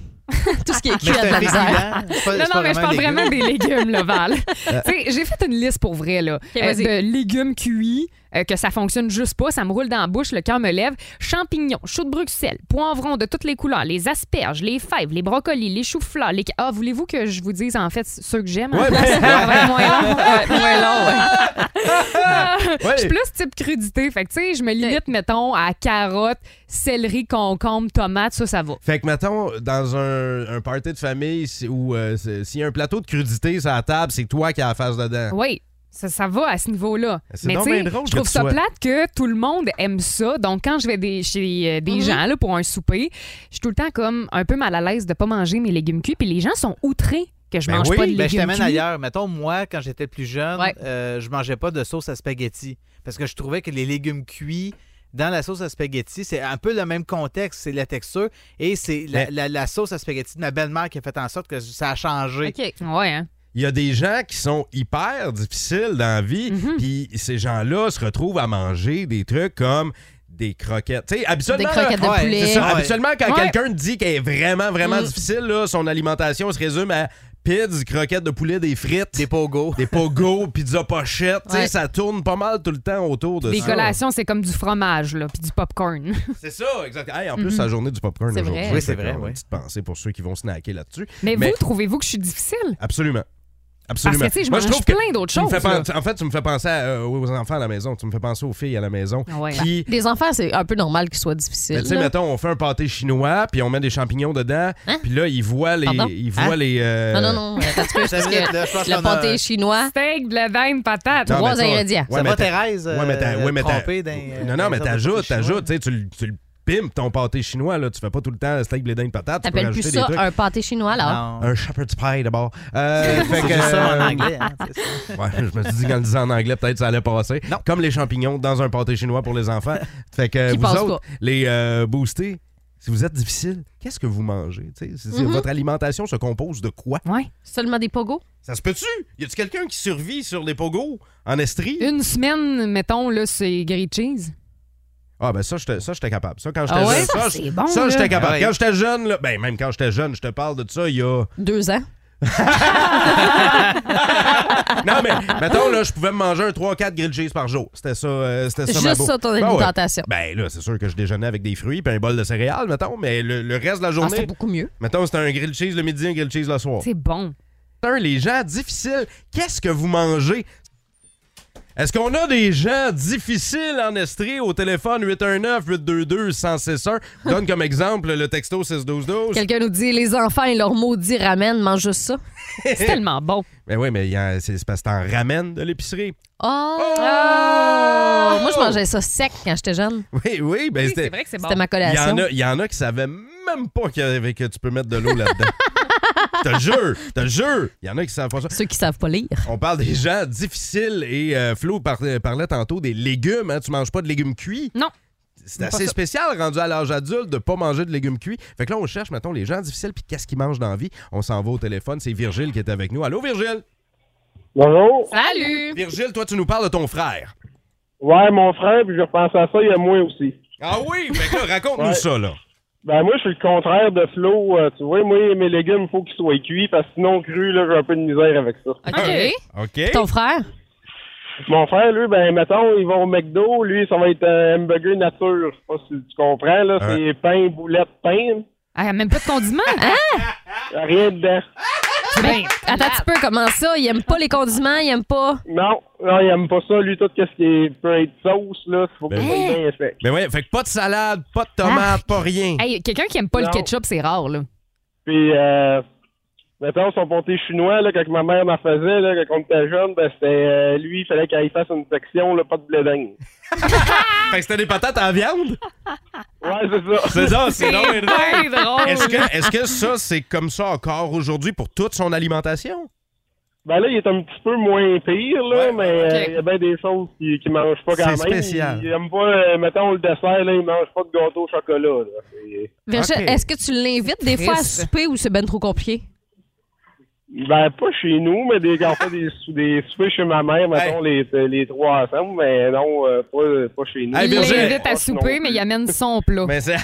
[SPEAKER 7] Tout ce qui est cuit
[SPEAKER 11] Mais
[SPEAKER 7] a de
[SPEAKER 11] c'est
[SPEAKER 7] la
[SPEAKER 11] un
[SPEAKER 7] misère.
[SPEAKER 11] féculent, c'est pas-
[SPEAKER 6] Non,
[SPEAKER 11] c'est pas
[SPEAKER 6] non, mais je parle
[SPEAKER 11] un légume.
[SPEAKER 6] vraiment des légumes,
[SPEAKER 11] <laughs>
[SPEAKER 6] là, Val. Tu sais, j'ai fait une liste pour vrai, là, euh,
[SPEAKER 7] vas-y.
[SPEAKER 6] de légumes cuits, euh, que ça fonctionne juste pas, ça me roule dans la bouche, le cœur me lève. Champignons, choux de Bruxelles, poivrons de toutes les couleurs, les asperges, les fèves, les brocolis, les choux-fleurs, les... Ah, voulez-vous que je vous dise, en fait, ceux que j'aime? en <laughs>
[SPEAKER 5] Ouais,
[SPEAKER 6] place?
[SPEAKER 5] ben-
[SPEAKER 6] Ça va être moins long. <laughs> Ouais, moins long, ouais. <laughs>
[SPEAKER 5] Ouais.
[SPEAKER 6] Je suis plus type crudité. Fait que, tu sais, je me limite, mettons, à carottes, céleri, concombre, tomates, ça, ça va.
[SPEAKER 5] Fait que, mettons, dans un, un party de famille si- où euh, c'est- s'il y a un plateau de crudité sur la table, c'est toi qui as la face dedans.
[SPEAKER 6] Oui. Ça, ça va à ce niveau-là.
[SPEAKER 5] C'est
[SPEAKER 6] Mais
[SPEAKER 5] donc
[SPEAKER 6] tu sais,
[SPEAKER 5] bien drôle
[SPEAKER 6] je
[SPEAKER 5] que
[SPEAKER 6] trouve
[SPEAKER 5] tu
[SPEAKER 6] ça
[SPEAKER 5] sois-
[SPEAKER 6] plate que tout le monde aime ça. Donc, quand je vais des, chez euh, des
[SPEAKER 7] Mm-hmm.
[SPEAKER 6] gens là, pour un souper, je suis tout le temps comme un peu mal à l'aise de pas manger mes légumes cuits. Puis les gens sont outrés que je
[SPEAKER 5] Ben
[SPEAKER 6] mange
[SPEAKER 5] oui,
[SPEAKER 6] pas de
[SPEAKER 11] Ben, je
[SPEAKER 6] légumes
[SPEAKER 11] t'amène
[SPEAKER 6] cuits.
[SPEAKER 11] ailleurs. Mettons, moi, quand j'étais plus jeune,
[SPEAKER 6] Ouais.
[SPEAKER 11] euh, je mangeais pas de sauce à spaghetti. Parce que je trouvais que les légumes cuits dans la sauce à spaghetti, c'est un peu le même contexte. C'est la texture et c'est la,
[SPEAKER 5] Mais-
[SPEAKER 11] la- la sauce à spaghetti de ma belle-mère qui a fait en sorte que ça a changé.
[SPEAKER 7] OK.
[SPEAKER 6] Ouais, hein.
[SPEAKER 5] il y a des gens qui sont hyper difficiles dans la vie,
[SPEAKER 7] Mhm.
[SPEAKER 5] puis ces gens-là se retrouvent à manger des trucs comme des croquettes. Tu sais, habituellement,
[SPEAKER 7] Des croquettes de
[SPEAKER 5] là,
[SPEAKER 7] poulet.
[SPEAKER 5] c'est ça.
[SPEAKER 7] Ouais.
[SPEAKER 5] Habituellement, quand
[SPEAKER 7] Ouais.
[SPEAKER 5] quelqu'un te dit qu'elle est vraiment, vraiment
[SPEAKER 7] Mm.
[SPEAKER 5] difficile, là, son alimentation se résume à pids, croquettes de poulet, des frites. Des pogos. Des pogos, <laughs> pizza pochette. Tu sais,
[SPEAKER 6] Ouais.
[SPEAKER 5] Ça tourne pas mal tout le temps autour de
[SPEAKER 6] Les
[SPEAKER 5] ça.
[SPEAKER 6] collations, c'est comme du fromage, là, puis du
[SPEAKER 5] <laughs>
[SPEAKER 6] popcorn. Euh,
[SPEAKER 5] C'est ça, exactement. Hey, en
[SPEAKER 6] Mhm.
[SPEAKER 5] plus, c'est la journée du popcorn
[SPEAKER 6] C'est vrai.
[SPEAKER 5] aujourd'hui.
[SPEAKER 6] Oui, c'est
[SPEAKER 5] Fait qu'on
[SPEAKER 6] vrai,
[SPEAKER 5] a une
[SPEAKER 6] ouais.
[SPEAKER 5] Petite pensée pour ceux qui vont snacker là-dessus.
[SPEAKER 6] Mais, vous, trouvez-vous que je suis difficile?
[SPEAKER 5] Absolument. Absolument.
[SPEAKER 6] Parce que, tu sais, je mange
[SPEAKER 5] que
[SPEAKER 6] plein d'autres
[SPEAKER 5] tu me
[SPEAKER 6] choses,
[SPEAKER 5] fais pen-
[SPEAKER 6] là.
[SPEAKER 5] En fait, tu me fais penser à, euh, aux enfants à la maison. Tu me fais penser aux filles à la maison.
[SPEAKER 6] Ah
[SPEAKER 7] Ah
[SPEAKER 5] Qui,
[SPEAKER 7] Les Bah, enfants, c'est un peu normal qu'ils soient
[SPEAKER 5] ben,
[SPEAKER 7] difficiles.
[SPEAKER 5] tu sais,
[SPEAKER 7] là.
[SPEAKER 5] mettons, on fait un pâté chinois, puis on met des champignons dedans,
[SPEAKER 6] Hein?
[SPEAKER 5] puis là, ils voient les.
[SPEAKER 7] Pardon?
[SPEAKER 5] Ils voient
[SPEAKER 7] Hein?
[SPEAKER 5] les euh,
[SPEAKER 7] Non, non, non. attends un
[SPEAKER 5] <laughs>
[SPEAKER 7] petit peu,
[SPEAKER 5] Ça
[SPEAKER 7] parce
[SPEAKER 5] vient
[SPEAKER 7] que
[SPEAKER 5] de là, je pense
[SPEAKER 7] le
[SPEAKER 5] qu'on a-
[SPEAKER 7] pâté chinois.
[SPEAKER 6] Steak, de la veine, patate.
[SPEAKER 5] Non,
[SPEAKER 7] trois
[SPEAKER 5] mais ça-
[SPEAKER 7] ingrédients.
[SPEAKER 5] ouais, mais t'as- ouais, mais
[SPEAKER 6] euh,
[SPEAKER 5] t'as- ouais, mais t'as- Non, non, mais t'ajoutes, t'ajoutes, tu sais, tu le- tu le pimpes ton pâté chinois, là. Tu fais pas tout le temps steak, blé, dinde, patate. Tu peux
[SPEAKER 7] T'appelles plus
[SPEAKER 5] rajouter des
[SPEAKER 7] ça
[SPEAKER 5] trucs.
[SPEAKER 7] un pâté chinois, là.
[SPEAKER 5] Un shepherd's pie d'abord.
[SPEAKER 11] <laughs>
[SPEAKER 5] Euh, fait
[SPEAKER 11] C'est
[SPEAKER 5] que,
[SPEAKER 11] juste ça en
[SPEAKER 5] euh,
[SPEAKER 11] anglais, hein,
[SPEAKER 5] ouais, je me suis dit qu'en le disant en anglais, peut-être ça allait passer. Comme les champignons dans un pâté chinois pour
[SPEAKER 11] <laughs>
[SPEAKER 5] les enfants. Fait que
[SPEAKER 11] Qui
[SPEAKER 5] vous
[SPEAKER 11] passe
[SPEAKER 5] autres,
[SPEAKER 11] pas.
[SPEAKER 5] les euh, boostés, si vous êtes difficile, qu'est-ce que vous mangez? Tu sais, c'est-
[SPEAKER 6] Mm-hmm.
[SPEAKER 5] c'est-
[SPEAKER 7] Mhm.
[SPEAKER 5] Votre alimentation se compose de quoi?
[SPEAKER 7] Seulement des pogos.
[SPEAKER 5] Ça se peut-tu? Y a-tu quelqu'un qui survit sur les pogos en estrie?
[SPEAKER 6] Une semaine, mettons, là, c'est grilled cheese.
[SPEAKER 5] Ah ben ça j'étais ça j'étais capable. Ça quand
[SPEAKER 6] Ah
[SPEAKER 5] j'étais
[SPEAKER 6] ouais?
[SPEAKER 5] jeune,
[SPEAKER 6] Ça,
[SPEAKER 5] ça,
[SPEAKER 6] c'est bon,
[SPEAKER 5] ça,
[SPEAKER 6] là.
[SPEAKER 5] j'étais capable.
[SPEAKER 6] Ah ouais.
[SPEAKER 5] Quand j'étais jeune là, ben même quand j'étais jeune, je te parle de ça il y a
[SPEAKER 7] Deux ans.
[SPEAKER 5] Non, mais mettons, là, je pouvais me manger un 3-4 grilled cheese par jour. C'était ça, euh, c'était ça
[SPEAKER 7] Juste
[SPEAKER 5] ma bouffe.
[SPEAKER 7] ça, ton
[SPEAKER 5] Ben ouais.
[SPEAKER 7] alimentation.
[SPEAKER 5] Ben, là, c'est sûr que je déjeunais avec des fruits puis un bol de céréales, mettons, mais le, le reste de la journée.
[SPEAKER 7] Ah, c'est beaucoup mieux.
[SPEAKER 5] Mettons, c'était un grilled cheese le midi, un grilled cheese le soir.
[SPEAKER 6] C'est bon.
[SPEAKER 5] Putain, les gens difficiles, qu'est-ce que vous mangez? Est-ce qu'on a des gens difficiles en Estrie au téléphone 819-822-1061? Donne comme exemple le texto 61212.
[SPEAKER 7] Quelqu'un nous dit les enfants et leurs maudits ramen mangent juste ça.
[SPEAKER 5] <laughs> C'est
[SPEAKER 6] tellement bon.
[SPEAKER 5] <laughs> Ben oui, mais il y a- c'est c'est parce que t'en ramènes de l'épicerie.
[SPEAKER 7] Oh!
[SPEAKER 5] Oh!
[SPEAKER 7] Moi, je mangeais ça sec quand j'étais jeune.
[SPEAKER 5] <laughs> Oui, oui, ben c'était.
[SPEAKER 7] vrai que c'est bon. C'était ma collation.
[SPEAKER 5] Il y en a- Il y, en a qui savaient même pas qu'il y avait- que tu peux mettre de l'eau là-dedans. Je te jure, je te jure. Il y en a qui savent pas ça.
[SPEAKER 7] Ceux qui savent pas lire.
[SPEAKER 5] On parle des gens difficiles et euh, Flo par- parlait tantôt des légumes. hein. Tu manges pas de légumes cuits.
[SPEAKER 6] Non.
[SPEAKER 5] C'est
[SPEAKER 6] Pas
[SPEAKER 5] assez
[SPEAKER 6] ça.
[SPEAKER 5] spécial rendu à l'âge adulte de pas manger de légumes cuits. Fait que là, on cherche, mettons, les gens difficiles puis qu'est-ce qu'ils mangent dans la vie. On s'en va au téléphone. C'est Virgile qui est avec nous. Allô, Virgile?
[SPEAKER 12] Bonjour.
[SPEAKER 6] Salut!
[SPEAKER 5] Virgile, toi, tu nous parles de ton frère.
[SPEAKER 12] Ouais, mon frère, puis <laughs> je repense à ça, il y a moi aussi.
[SPEAKER 5] Ah oui? Fait que là, raconte-nous
[SPEAKER 12] Ouais.
[SPEAKER 5] ça, là.
[SPEAKER 12] Ben, moi, je suis le contraire de Flo. euh, tu vois, moi, mes légumes, il faut qu'ils soient cuits, parce que sinon, crus, là, j'ai un peu de misère avec ça.
[SPEAKER 7] OK.
[SPEAKER 5] Ah OK.
[SPEAKER 7] Ton frère?
[SPEAKER 12] Mon frère, lui, ben, mettons, ils vont au McDo. Lui, ça va être un hamburger nature. Je sais pas si tu comprends, là. C'est pain, boulette, pain.
[SPEAKER 6] Ah, même pas de condiments. Hein?
[SPEAKER 12] <laughs> Rien dedans.
[SPEAKER 7] Ben, attends un petit peu, comment ça? Il aime pas les condiments, il aime pas.
[SPEAKER 12] Non, non, il aime pas ça. Lui, tout ce qui est- peut être sauce, là, faut que ça soit bien fait.
[SPEAKER 5] Ben ouais, fait que pas de salade, pas de tomate, pas rien.
[SPEAKER 12] Ah.
[SPEAKER 6] Hey, quelqu'un qui aime pas le
[SPEAKER 12] Non.
[SPEAKER 6] ketchup, c'est rare, là.
[SPEAKER 12] Puis, euh, mettons, son ponté chinois, là, quand ma mère m'en faisait, là, quand on était jeune, ben, c'était euh, lui, il fallait qu'il fasse une section, là, pas de blé d'Inde.
[SPEAKER 5] Fait que c'était des patates à la viande?
[SPEAKER 12] Ouais, <laughs> c'est ça.
[SPEAKER 5] C'est ça, c'est drôle.
[SPEAKER 12] bien drôle.
[SPEAKER 5] Est-ce que, est-ce que ça, c'est comme ça encore aujourd'hui pour toute son <laughs> alimentation?
[SPEAKER 12] Ben là, il est un petit peu moins pire, là, mais euh, il y a bien des choses qu'il ne mange pas quand même.
[SPEAKER 5] C'est spécial.
[SPEAKER 12] Il, il aime pas, euh, mettons, le dessert, là, il mange pas de gâteau au chocolat. Là. C'est-
[SPEAKER 7] Virgile, est-ce que tu l'invites des fois à
[SPEAKER 12] Triste.
[SPEAKER 7] souper ou c'est ben trop compliqué?
[SPEAKER 12] Ben, pas chez nous, mais des,
[SPEAKER 5] <laughs>
[SPEAKER 12] quand on fait des, sou- des soupers chez ma mère, mettons, les, euh, les trois ensemble, mais non, euh, pas, pas chez nous.
[SPEAKER 5] Hey,
[SPEAKER 6] Il
[SPEAKER 5] Virgile.
[SPEAKER 6] l'invite à souper, mais il amène son plat.
[SPEAKER 5] Mais
[SPEAKER 6] <laughs>
[SPEAKER 5] c'est-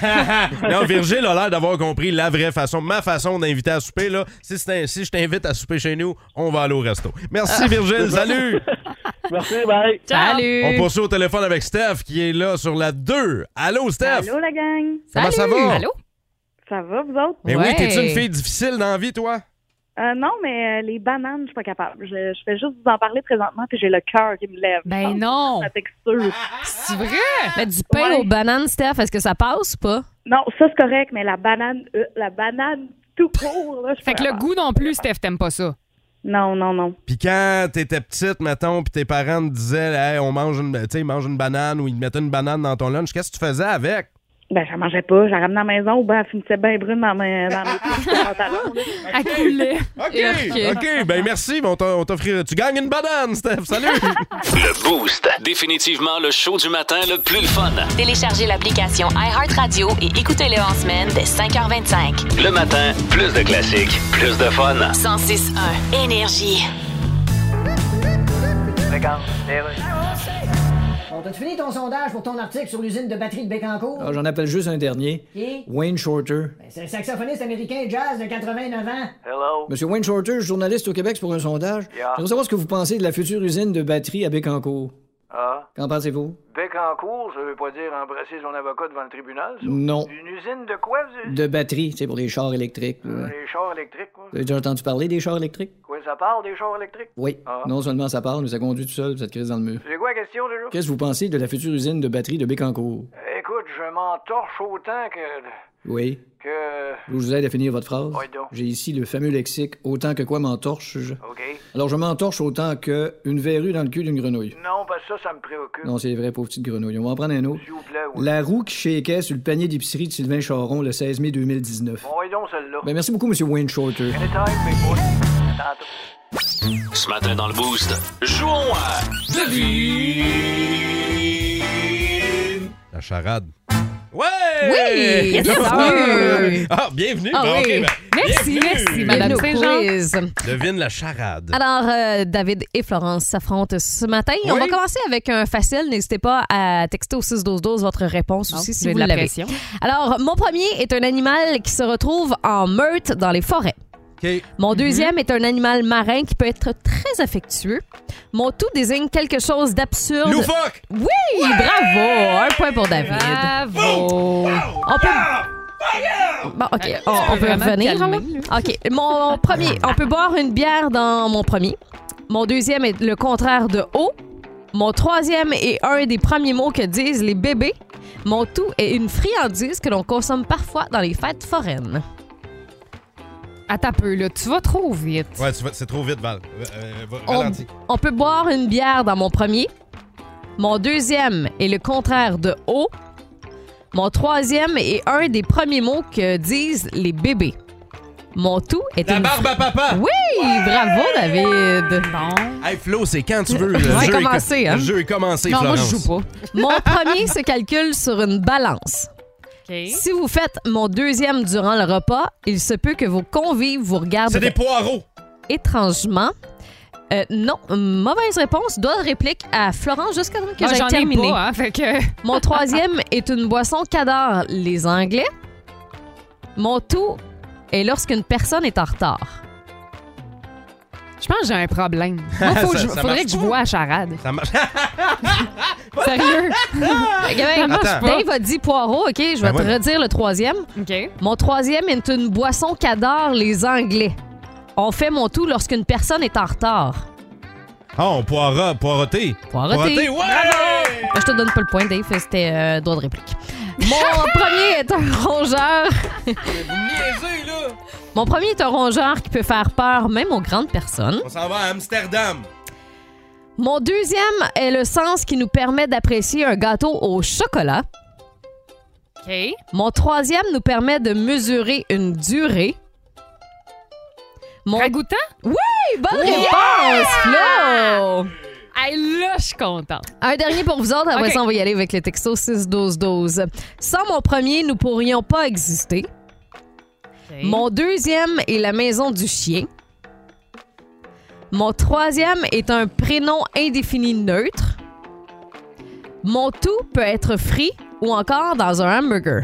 [SPEAKER 5] non, Virgile a l'air d'avoir compris la vraie façon, ma façon d'inviter à souper. Là. Si, c'est un- si je t'invite à souper chez nous, on va aller au resto. Merci
[SPEAKER 12] Ah.
[SPEAKER 5] <laughs> Virgile, salut!
[SPEAKER 12] Merci, bye!
[SPEAKER 7] Salut!
[SPEAKER 5] Ah, On poursuit au téléphone avec Steph qui est là sur la 2. Allô Steph?
[SPEAKER 13] Allô, la gang.
[SPEAKER 5] Comment ça va?
[SPEAKER 13] Ça va, vous autres?
[SPEAKER 5] Mais oui, t'es-tu une fille difficile dans la vie, toi?
[SPEAKER 13] Euh, non, mais euh, les bananes, je suis pas capable. Je, je fais juste vous en parler présentement, puis j'ai le cœur qui me lève. Ben non! La texture.
[SPEAKER 6] C'est vrai?
[SPEAKER 7] Mais du pain aux bananes, Steph, est-ce que ça passe ou pas?
[SPEAKER 13] Non, ça c'est correct, mais la banane, euh, la banane tout court, là, je suis
[SPEAKER 6] Fait que
[SPEAKER 13] pas
[SPEAKER 6] le goût non plus, Steph, t'aimes pas ça.
[SPEAKER 13] Non, non,
[SPEAKER 5] <laughs>
[SPEAKER 13] non.
[SPEAKER 5] Puis quand t'étais petite, mettons, puis tes parents te disaient, hey, on mange une, tu sais, ils mangent une banane ou ils te mettaient une banane dans ton lunch, qu'est-ce que tu faisais avec?
[SPEAKER 13] Ben, je la mangeais pas. Je la ramenais à la maison. Ben, elle finissait bien brune dans mes, dans mes petits pantalons. là.
[SPEAKER 5] OK, OK. Ben merci, mais on t'a- on t'offrira. Tu gagnes une banane, Steph.
[SPEAKER 7] <laughs>
[SPEAKER 5] Salut!
[SPEAKER 2] Le Boost. Définitivement le show du matin le plus le fun.
[SPEAKER 1] Téléchargez l'application iHeartRadio et écoutez-le en semaine dès 5h25.
[SPEAKER 2] Le matin, plus de classiques, plus de fun.
[SPEAKER 1] 106.1 Énergie.
[SPEAKER 10] Bon, t'as-tu fini ton sondage pour ton article sur l'usine de batterie de Bécancourt?
[SPEAKER 9] Ah, J'en appelle juste un dernier.
[SPEAKER 10] Qui? Ben,
[SPEAKER 9] Wayne Shorter.
[SPEAKER 10] C'est un saxophoniste américain jazz de 89 ans. Hello.
[SPEAKER 9] Monsieur Wayne Shorter, journaliste au Québec c'est pour un sondage.
[SPEAKER 10] Yeah.
[SPEAKER 9] J'aimerais savoir ce que vous pensez de la future usine de batterie à Bécancourt.
[SPEAKER 14] Ah.
[SPEAKER 9] Qu'en pensez-vous?
[SPEAKER 14] Bec en cours, ça veut pas dire embrasser son avocat devant le tribunal, ça?
[SPEAKER 9] Non.
[SPEAKER 14] Une usine de quoi, vous
[SPEAKER 9] De batterie, c'est pour les chars électriques. là.
[SPEAKER 14] Les chars électriques, quoi?
[SPEAKER 9] Vous avez déjà entendu parler des chars électriques?
[SPEAKER 14] Quoi, ça parle des chars électriques?
[SPEAKER 9] Oui.
[SPEAKER 14] Ah.
[SPEAKER 9] Non seulement ça parle, mais ça conduit tout seul, cette crise dans le mur.
[SPEAKER 14] C'est quoi la question, déjà?
[SPEAKER 9] Qu'est-ce que vous pensez de la future usine de batterie de Bécancourt?
[SPEAKER 14] Écoute, je m'entorche autant que...
[SPEAKER 9] Oui.
[SPEAKER 14] que...
[SPEAKER 9] Je vous aide à finir votre phrase.
[SPEAKER 14] Oui, donc.
[SPEAKER 9] J'ai ici le fameux lexique autant que quoi m'entorche. je-
[SPEAKER 14] OK.
[SPEAKER 9] Alors je m'entorche autant que une verrue dans le cul d'une grenouille.
[SPEAKER 14] Non, parce que ça, ça me préoccupe.
[SPEAKER 9] Non, c'est vrai, pauvre petite grenouille. On va en prendre un autre.
[SPEAKER 14] S'il vous plaît, oui.
[SPEAKER 9] La roue qui shakeait sur le panier d'épicerie de Sylvain Charon le 16 mai 2019.
[SPEAKER 14] Bon, et donc, celle-là.
[SPEAKER 9] Ben, merci beaucoup, Monsieur Wayne Shorter.
[SPEAKER 14] Anytime, big boy. Tantôt.
[SPEAKER 2] Ce matin dans le Boost, jouons à Devine.
[SPEAKER 5] La charade. Ouais!
[SPEAKER 2] Oui! Yes, sir!
[SPEAKER 5] <laughs> Ah, bienvenue!
[SPEAKER 7] Ah
[SPEAKER 5] Bon, ok,
[SPEAKER 7] oui.
[SPEAKER 5] ben,
[SPEAKER 7] Merci,
[SPEAKER 5] bienvenue.
[SPEAKER 7] merci, Madame Bienvenue au Saint-Jean. quiz.
[SPEAKER 5] Devine la charade.
[SPEAKER 7] Alors, euh, David et Florence s'affrontent ce matin. On
[SPEAKER 5] Oui.
[SPEAKER 7] va commencer avec un facile. N'hésitez pas à texter au 612-12 votre réponse aussi si
[SPEAKER 6] Ah, j'ai
[SPEAKER 7] vous
[SPEAKER 6] de la
[SPEAKER 7] l'avez.
[SPEAKER 6] pression.
[SPEAKER 7] Alors, mon premier est un animal qui se retrouve en meute dans les forêts. Mon
[SPEAKER 6] Mhm.
[SPEAKER 7] deuxième est un animal marin qui peut être très affectueux. Mon tout désigne quelque chose d'absurde.
[SPEAKER 5] Loufoque!
[SPEAKER 7] Oui, bravo! Un point pour David. Bravo! On peut... Bon, OK, on, on peut
[SPEAKER 6] vraiment te
[SPEAKER 7] revenir.
[SPEAKER 6] calmer,
[SPEAKER 7] hein? OK, mon premier, on peut boire une bière dans mon premier. Mon deuxième est le contraire de eau. Mon troisième est un des premiers mots que disent les bébés. Mon tout est une friandise que l'on consomme parfois dans les fêtes foraines.
[SPEAKER 6] À ta peu, là. Tu vas trop vite.
[SPEAKER 5] Ouais, tu vas- c'est trop vite, Val. Euh, euh, va-
[SPEAKER 7] On,
[SPEAKER 5] ralentis.
[SPEAKER 7] on peut boire une bière dans mon premier. Mon deuxième est le contraire de eau. Mon troisième est un des premiers mots que disent les bébés. Mon tout est
[SPEAKER 5] La
[SPEAKER 7] une-
[SPEAKER 5] barbe à papa!
[SPEAKER 7] Oui, bravo David. Bon.
[SPEAKER 5] Hey, Flo, c'est quand tu veux. Le,
[SPEAKER 7] On va
[SPEAKER 5] jeu,
[SPEAKER 7] commencer,
[SPEAKER 5] est,
[SPEAKER 7] hein?
[SPEAKER 5] le jeu est commencé, Florence.
[SPEAKER 7] Mon
[SPEAKER 5] <laughs>
[SPEAKER 7] premier se calcule sur une balance. Si vous faites mon deuxième durant le repas, il se peut que vos convives vous regardent.
[SPEAKER 5] C'est des poireaux.
[SPEAKER 7] Étrangement. Euh, non, mauvaise réponse. Doigt de réplique à Florence jusqu'à ce que
[SPEAKER 6] Moi,
[SPEAKER 7] j'aille
[SPEAKER 6] j'en ai
[SPEAKER 7] terminer.
[SPEAKER 6] pas, hein, fait
[SPEAKER 5] <laughs>
[SPEAKER 6] que-
[SPEAKER 7] Mon troisième est une boisson qu'adorent les Anglais. Mon tout est lorsqu'une personne est en retard.
[SPEAKER 6] Je pense que j'ai un <laughs> problème. Moi, faut que je-
[SPEAKER 7] Ça- ça
[SPEAKER 6] faudrait
[SPEAKER 7] marche
[SPEAKER 6] que je
[SPEAKER 7] pas.
[SPEAKER 6] vois à charade.
[SPEAKER 5] Ça marche.
[SPEAKER 6] Sérieux?
[SPEAKER 7] Gabriel,
[SPEAKER 6] Ça marche Attends. pas.
[SPEAKER 7] Dave a dit poireau, OK? Je
[SPEAKER 6] Ben
[SPEAKER 7] vais te
[SPEAKER 6] ouais.
[SPEAKER 7] redire le troisième. Mon troisième est une boisson qu'adorent les Anglais. On fait mon tout lorsqu'une personne est en retard.
[SPEAKER 5] Oh, poira, poireauté.
[SPEAKER 7] Poireauté.
[SPEAKER 5] ouais!
[SPEAKER 7] Bravo! Ah Ben, Je te donne pas le point, Dave. C'était euh, doigt de réplique.
[SPEAKER 5] <laughs>
[SPEAKER 7] Mon premier est un rongeur. <laughs> Mon premier est un rongeur qui peut faire peur même aux grandes personnes.
[SPEAKER 5] On s'en va hein? à Amsterdam.
[SPEAKER 7] Mon deuxième est le sens qui nous permet d'apprécier un gâteau au chocolat. Mon troisième nous permet de mesurer une durée. Mon... Ragoûtant? Oui!
[SPEAKER 5] Oh,
[SPEAKER 7] Bonne
[SPEAKER 6] Yeah!
[SPEAKER 7] réponse, Flo!
[SPEAKER 6] <laughs> Hey, là, je suis contente.
[SPEAKER 7] Un dernier pour vous autres, après
[SPEAKER 6] OK.
[SPEAKER 7] ça, on va y aller avec le texto 6-12-12. Sans mon premier, nous pourrions pas exister. Mon deuxième est la maison du chien. Mon troisième est un prénom indéfini neutre. Mon tout peut être frit ou encore dans un hamburger.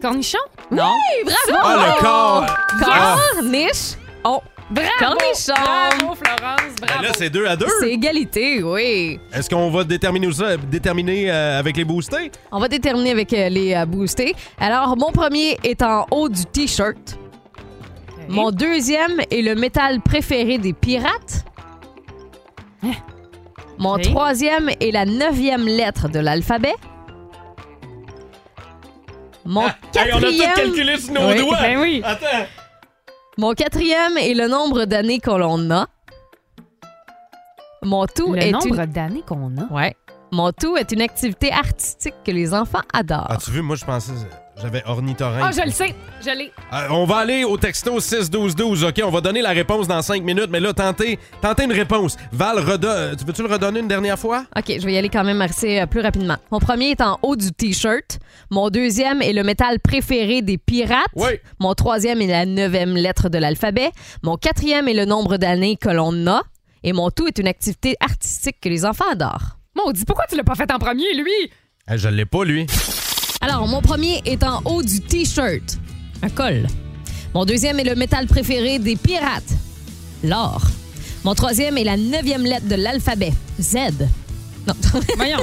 [SPEAKER 6] Cornichon?
[SPEAKER 7] Non. Oui, bravo!
[SPEAKER 6] Ah, le corps. Ah.
[SPEAKER 7] Corniche! Oh!
[SPEAKER 6] Bravo!
[SPEAKER 7] Cornichon!
[SPEAKER 6] Bravo, Florence! Bravo!
[SPEAKER 5] Ben Là, c'est deux à deux.
[SPEAKER 7] C'est égalité, oui.
[SPEAKER 5] Est-ce qu'on va déterminer ça, déterminer euh, avec les boostés?
[SPEAKER 7] On va déterminer avec euh, les euh, boostés. Alors, mon premier est en haut du T-shirt. Mon deuxième est le métal préféré des pirates. Mon
[SPEAKER 6] Hein? Ok.
[SPEAKER 7] troisième est la neuvième lettre de l'alphabet. Mon
[SPEAKER 6] Ah!
[SPEAKER 5] Hey, on a
[SPEAKER 7] quatrième...
[SPEAKER 5] tout calculé sur nos
[SPEAKER 7] Oui.
[SPEAKER 5] doigts.
[SPEAKER 7] Ben oui.
[SPEAKER 5] Attends.
[SPEAKER 7] Mon quatrième est le nombre d'années que l'on a. Mon tout
[SPEAKER 6] Le
[SPEAKER 7] est
[SPEAKER 6] nombre
[SPEAKER 7] une...
[SPEAKER 6] d'années qu'on a.
[SPEAKER 7] Ouais. Mon tout est une activité artistique que les enfants adorent.
[SPEAKER 5] As-tu vu, moi, je pensais. J'avais ornithorynque.
[SPEAKER 6] Ah, je le sais, je l'ai.
[SPEAKER 5] Euh, on va aller au texto 6-12-12, OK? On va donner la réponse dans 5 minutes, mais là, tentez, tentez une réponse. Val, redonne- tu veux-tu le redonner une dernière fois?
[SPEAKER 7] OK, je vais y aller quand même assez euh, plus rapidement. Mon premier est en haut du T-shirt. Mon deuxième est le métal préféré des pirates. Mon troisième est la neuvième lettre de l'alphabet. Mon quatrième est le nombre d'années que l'on a. Et mon tout est une activité artistique que les enfants adorent.
[SPEAKER 6] Maudit, pourquoi tu l'as pas fait en premier, lui?
[SPEAKER 5] Eh, je l'ai pas, lui.
[SPEAKER 7] Alors, mon premier est en haut du T-shirt. Un col. Mon deuxième est le métal préféré des pirates. L'or. Mon troisième est la neuvième lettre de l'alphabet. Z. <laughs> Non.
[SPEAKER 6] Voyons.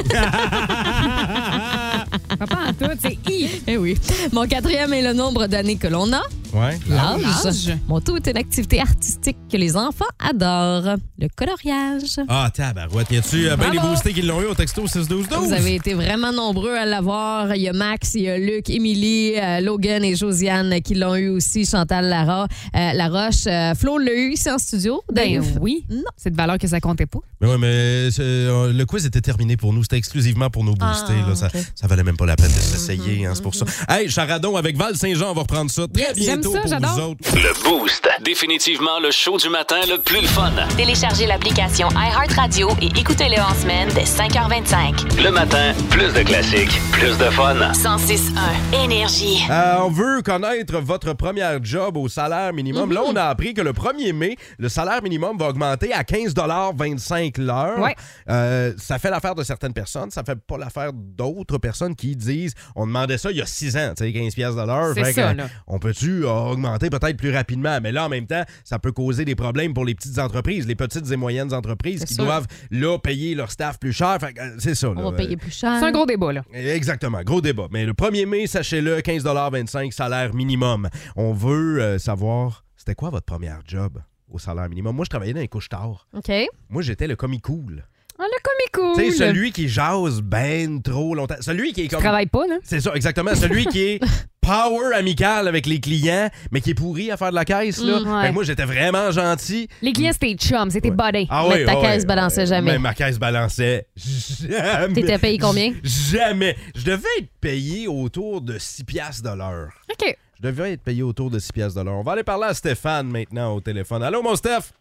[SPEAKER 7] Papa, en tout, c'est I. Eh oui. Mon quatrième est le nombre d'années que l'on a.
[SPEAKER 5] Ouais.
[SPEAKER 7] L'âge. Mon tout est une activité artistique que les enfants adorent. Le coloriage.
[SPEAKER 5] Ah, tabarouette. Y a-tu euh, ben des
[SPEAKER 7] Bravo.
[SPEAKER 5] boostés qui l'ont eu au texto 6-12-12?
[SPEAKER 7] Vous avez été vraiment nombreux à l'avoir. Il y a Max, il y a Luc, Émilie, euh, Logan et Josiane qui l'ont eu aussi. Chantal Lara, euh, Laroche. Euh, Flo l'a eu ici en studio.
[SPEAKER 6] Ben
[SPEAKER 7] Dave.
[SPEAKER 6] oui. C'est de valeur que ça comptait pas.
[SPEAKER 5] Mais ouais, mais c'est- euh, le quiz était terminé pour nous. C'était exclusivement pour nos boostés. là. Ça, ça valait même pas la peine de s'essayer. hein, c'est pour ça. Hey, Charadon avec Val Saint-Jean, on va reprendre ça très bientôt pour vous autres.
[SPEAKER 2] Le Boost. Définitivement le show du matin le plus le fun.
[SPEAKER 1] Téléchargez l'application iHeartRadio et écoutez-le en semaine dès 5h25.
[SPEAKER 2] Le matin, plus de classiques, plus de fun.
[SPEAKER 1] 106.1 Énergie.
[SPEAKER 5] Euh, on veut connaître votre première job au salaire minimum. Là, on a appris que le 1er mai, le salaire minimum va augmenter à 15,25 l'heure.
[SPEAKER 6] Ouais.
[SPEAKER 5] Euh, ça fait l'affaire de certaines personnes, ça fait pas l'affaire d'autres personnes qui disent on demandait ça il y a 6 ans, tu sais 15 piastres de l'heure,
[SPEAKER 6] C'est
[SPEAKER 5] Fait
[SPEAKER 6] ça,
[SPEAKER 5] que,
[SPEAKER 6] là.
[SPEAKER 5] on peut-tu euh, augmenter peut-être plus rapidement, mais là en même temps, ça peut causer des problèmes pour les petites entreprises, les petites et moyennes entreprises qui
[SPEAKER 7] sûr.
[SPEAKER 5] doivent là payer leur staff plus cher, Fait que, euh, c'est ça là.
[SPEAKER 7] On va payer plus cher.
[SPEAKER 6] C'est un gros débat, là.
[SPEAKER 5] Exactement, gros débat. Mais le 1er mai, sachez-le, 15,25 salaire minimum. On veut euh, savoir, c'était quoi votre première job au salaire minimum? Moi, je travaillais dans les couches tard.
[SPEAKER 7] OK.
[SPEAKER 5] Moi, j'étais le comic cool.
[SPEAKER 6] Ah, le comico.
[SPEAKER 5] Tu sais, celui qui jase ben trop longtemps. Celui qui est comme.
[SPEAKER 6] travaille pas, là.
[SPEAKER 5] C'est ça, exactement. Celui qui
[SPEAKER 6] <laughs>
[SPEAKER 5] est power amical avec les clients, mais qui est pourri à faire de la caisse, là.
[SPEAKER 6] Mm, ouais.
[SPEAKER 5] Fait que moi, j'étais vraiment gentil.
[SPEAKER 6] Les clients, c'était chum, c'était body.
[SPEAKER 5] Mm. Ah oui, ah oui.
[SPEAKER 7] balançait jamais.
[SPEAKER 5] Mais ma caisse balançait jamais.
[SPEAKER 7] T'étais payé combien?
[SPEAKER 5] J- Jamais. Je devais être payé autour de 6 piastres de l'heure.
[SPEAKER 6] OK.
[SPEAKER 5] Je devais être payé autour de 6 piastres de l'heure. On va aller parler à Stéphane maintenant au téléphone. Allô, mon Steph?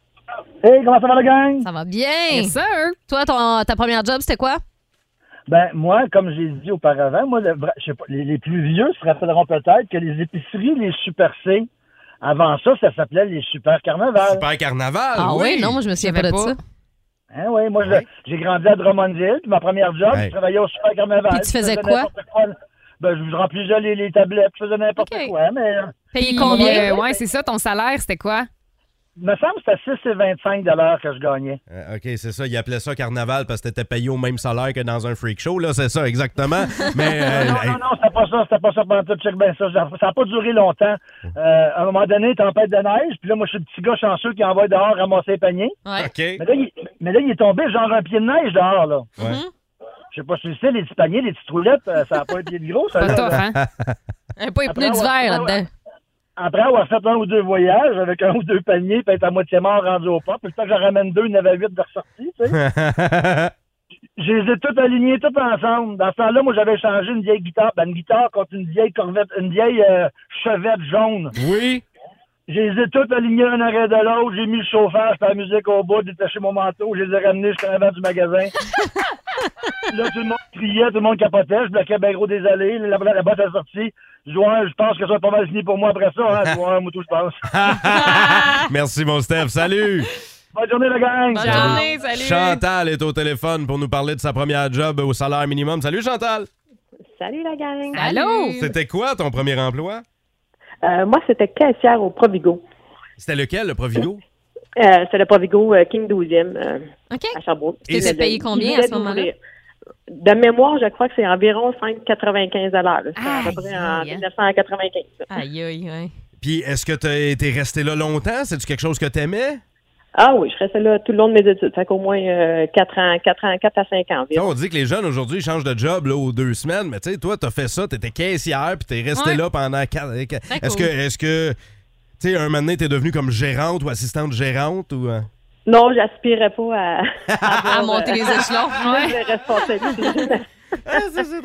[SPEAKER 15] Hey, comment ça va, le gang?
[SPEAKER 7] Ça va bien. Toi, ton- ta première job, c'était quoi?
[SPEAKER 15] Ben, moi, comme j'ai dit auparavant, moi, le vra- je sais pas, les, les plus vieux se rappelleront peut-être que les épiceries, les Super C, avant ça, ça s'appelait les Super Carnaval.
[SPEAKER 5] Super Carnaval,
[SPEAKER 7] Ah oui, oui. non, moi, je me souviens pas de ça.
[SPEAKER 15] Hein, oui, moi, je- j'ai grandi à Drummondville, puis ma première job,
[SPEAKER 5] Ouais.
[SPEAKER 15] je travaillais au Super Carnaval.
[SPEAKER 7] Puis tu
[SPEAKER 15] Je
[SPEAKER 7] faisais
[SPEAKER 15] faisais
[SPEAKER 7] quoi?
[SPEAKER 15] n'importe Ben, je remplissais les, les tablettes, je faisais n'importe quoi, mais... euh,
[SPEAKER 6] Payé
[SPEAKER 15] combien?
[SPEAKER 6] euh, ouais, c'est ça, ton salaire, c'était quoi?
[SPEAKER 15] Il me semble que c'était 6,25 que je gagnais.
[SPEAKER 5] Euh, OK, c'est ça. Il appelait ça carnaval parce que t'étais payé au même salaire que dans un freak show. Là, c'est ça,
[SPEAKER 15] <laughs>
[SPEAKER 5] exactement. Mais. euh,
[SPEAKER 15] non,
[SPEAKER 5] hey,
[SPEAKER 15] non, non, c'était pas ça, c'était pas ça pendant tout, check bien ça. Ça n'a pas duré longtemps. Euh, à un moment donné, tempête de neige, puis là, moi, je suis le petit gars chanceux qui envoie dehors ramasser les paniers.
[SPEAKER 5] <laughs>
[SPEAKER 15] Mais, là, il, mais là, il est tombé, genre un pied de neige dehors, là.
[SPEAKER 5] Ouais.
[SPEAKER 7] Mhm.
[SPEAKER 15] Je sais pas si tu sais, les petits paniers, les petites roulettes, euh, ça n'a pas un pied de gros, ça. là.
[SPEAKER 6] Euh,
[SPEAKER 7] Pas
[SPEAKER 15] Après
[SPEAKER 7] les hein? pneus
[SPEAKER 15] avoir-
[SPEAKER 7] d'hiver
[SPEAKER 15] après
[SPEAKER 7] là-dedans.
[SPEAKER 15] Après avoir fait un ou deux voyages avec un ou deux paniers, puis être à moitié mort rendu au port, puis le temps que j'en ramène deux, il y en avait huit de ressortis, tu sais. Je les ai toutes alignées, toutes ensemble. Dans ce temps-là, moi, j'avais changé une vieille guitare, ben, une guitare contre une vieille corvette, une vieille euh, chevette jaune.
[SPEAKER 5] Oui.
[SPEAKER 15] Je les ai toutes alignées un arrêt de l'autre. J'ai mis le chauffage, fait la musique au bout, j'ai détaché mon manteau, je les ai ramenés jusqu'en avant du magasin. là, tout le monde criait, tout le monde capotait. Je bloquais ben gros des allées. La, la, la boîte est sortie. Je dis, ouais, je pense que ça va être pas mal fini pour moi après ça. Hein. Je dis, ouais, moi, tout, je pense.
[SPEAKER 5] <laughs> Merci, mon Steph. Salut.
[SPEAKER 15] Bonne journée, la gang.
[SPEAKER 5] Chantal est au téléphone pour nous parler de sa première job au salaire minimum. Salut, Chantal.
[SPEAKER 16] Salut la gang.
[SPEAKER 5] C'était quoi ton premier emploi?
[SPEAKER 16] Euh, moi, c'était caissière au Provigo.
[SPEAKER 5] C'était lequel, le Provigo?
[SPEAKER 16] Euh, c'était le Provigo euh, King 12e euh, à Sherbrooke.
[SPEAKER 5] Et t'étais
[SPEAKER 16] Le-
[SPEAKER 5] payé
[SPEAKER 16] il
[SPEAKER 5] combien
[SPEAKER 16] venait
[SPEAKER 5] à ce moment-là?
[SPEAKER 16] d'ouvrir. De mémoire, je crois que c'est environ 5,95 là. C'était à peu près en 1995.
[SPEAKER 7] hein. Aïe, aïe, aïe.
[SPEAKER 5] Puis, est-ce que t'as été resté là longtemps? C'est-tu quelque chose que t'aimais?
[SPEAKER 16] Ah oui, je restais là tout le long de mes études. Ça fait qu'au moins 4 ans, 4 ans, 4 à 5 ans
[SPEAKER 5] Tu sais,
[SPEAKER 16] environ.
[SPEAKER 5] on dit que les jeunes aujourd'hui changent de job là, aux deux semaines, mais tu sais, toi, t'as fait ça, t'étais caissière, puis t'es resté
[SPEAKER 16] Ouais.
[SPEAKER 5] là pendant quatre.
[SPEAKER 16] Très
[SPEAKER 5] Est-ce que,
[SPEAKER 16] cool.
[SPEAKER 5] est-ce que, tu sais, un moment donné, t'es devenue comme gérante ou assistante gérante ou. euh?
[SPEAKER 16] Non, j'aspirais pas
[SPEAKER 5] <laughs>
[SPEAKER 16] à, euh,
[SPEAKER 7] À monter
[SPEAKER 12] <laughs>
[SPEAKER 7] les
[SPEAKER 16] <laughs>
[SPEAKER 7] échelons.
[SPEAKER 16] Ouais. Les responsabilités.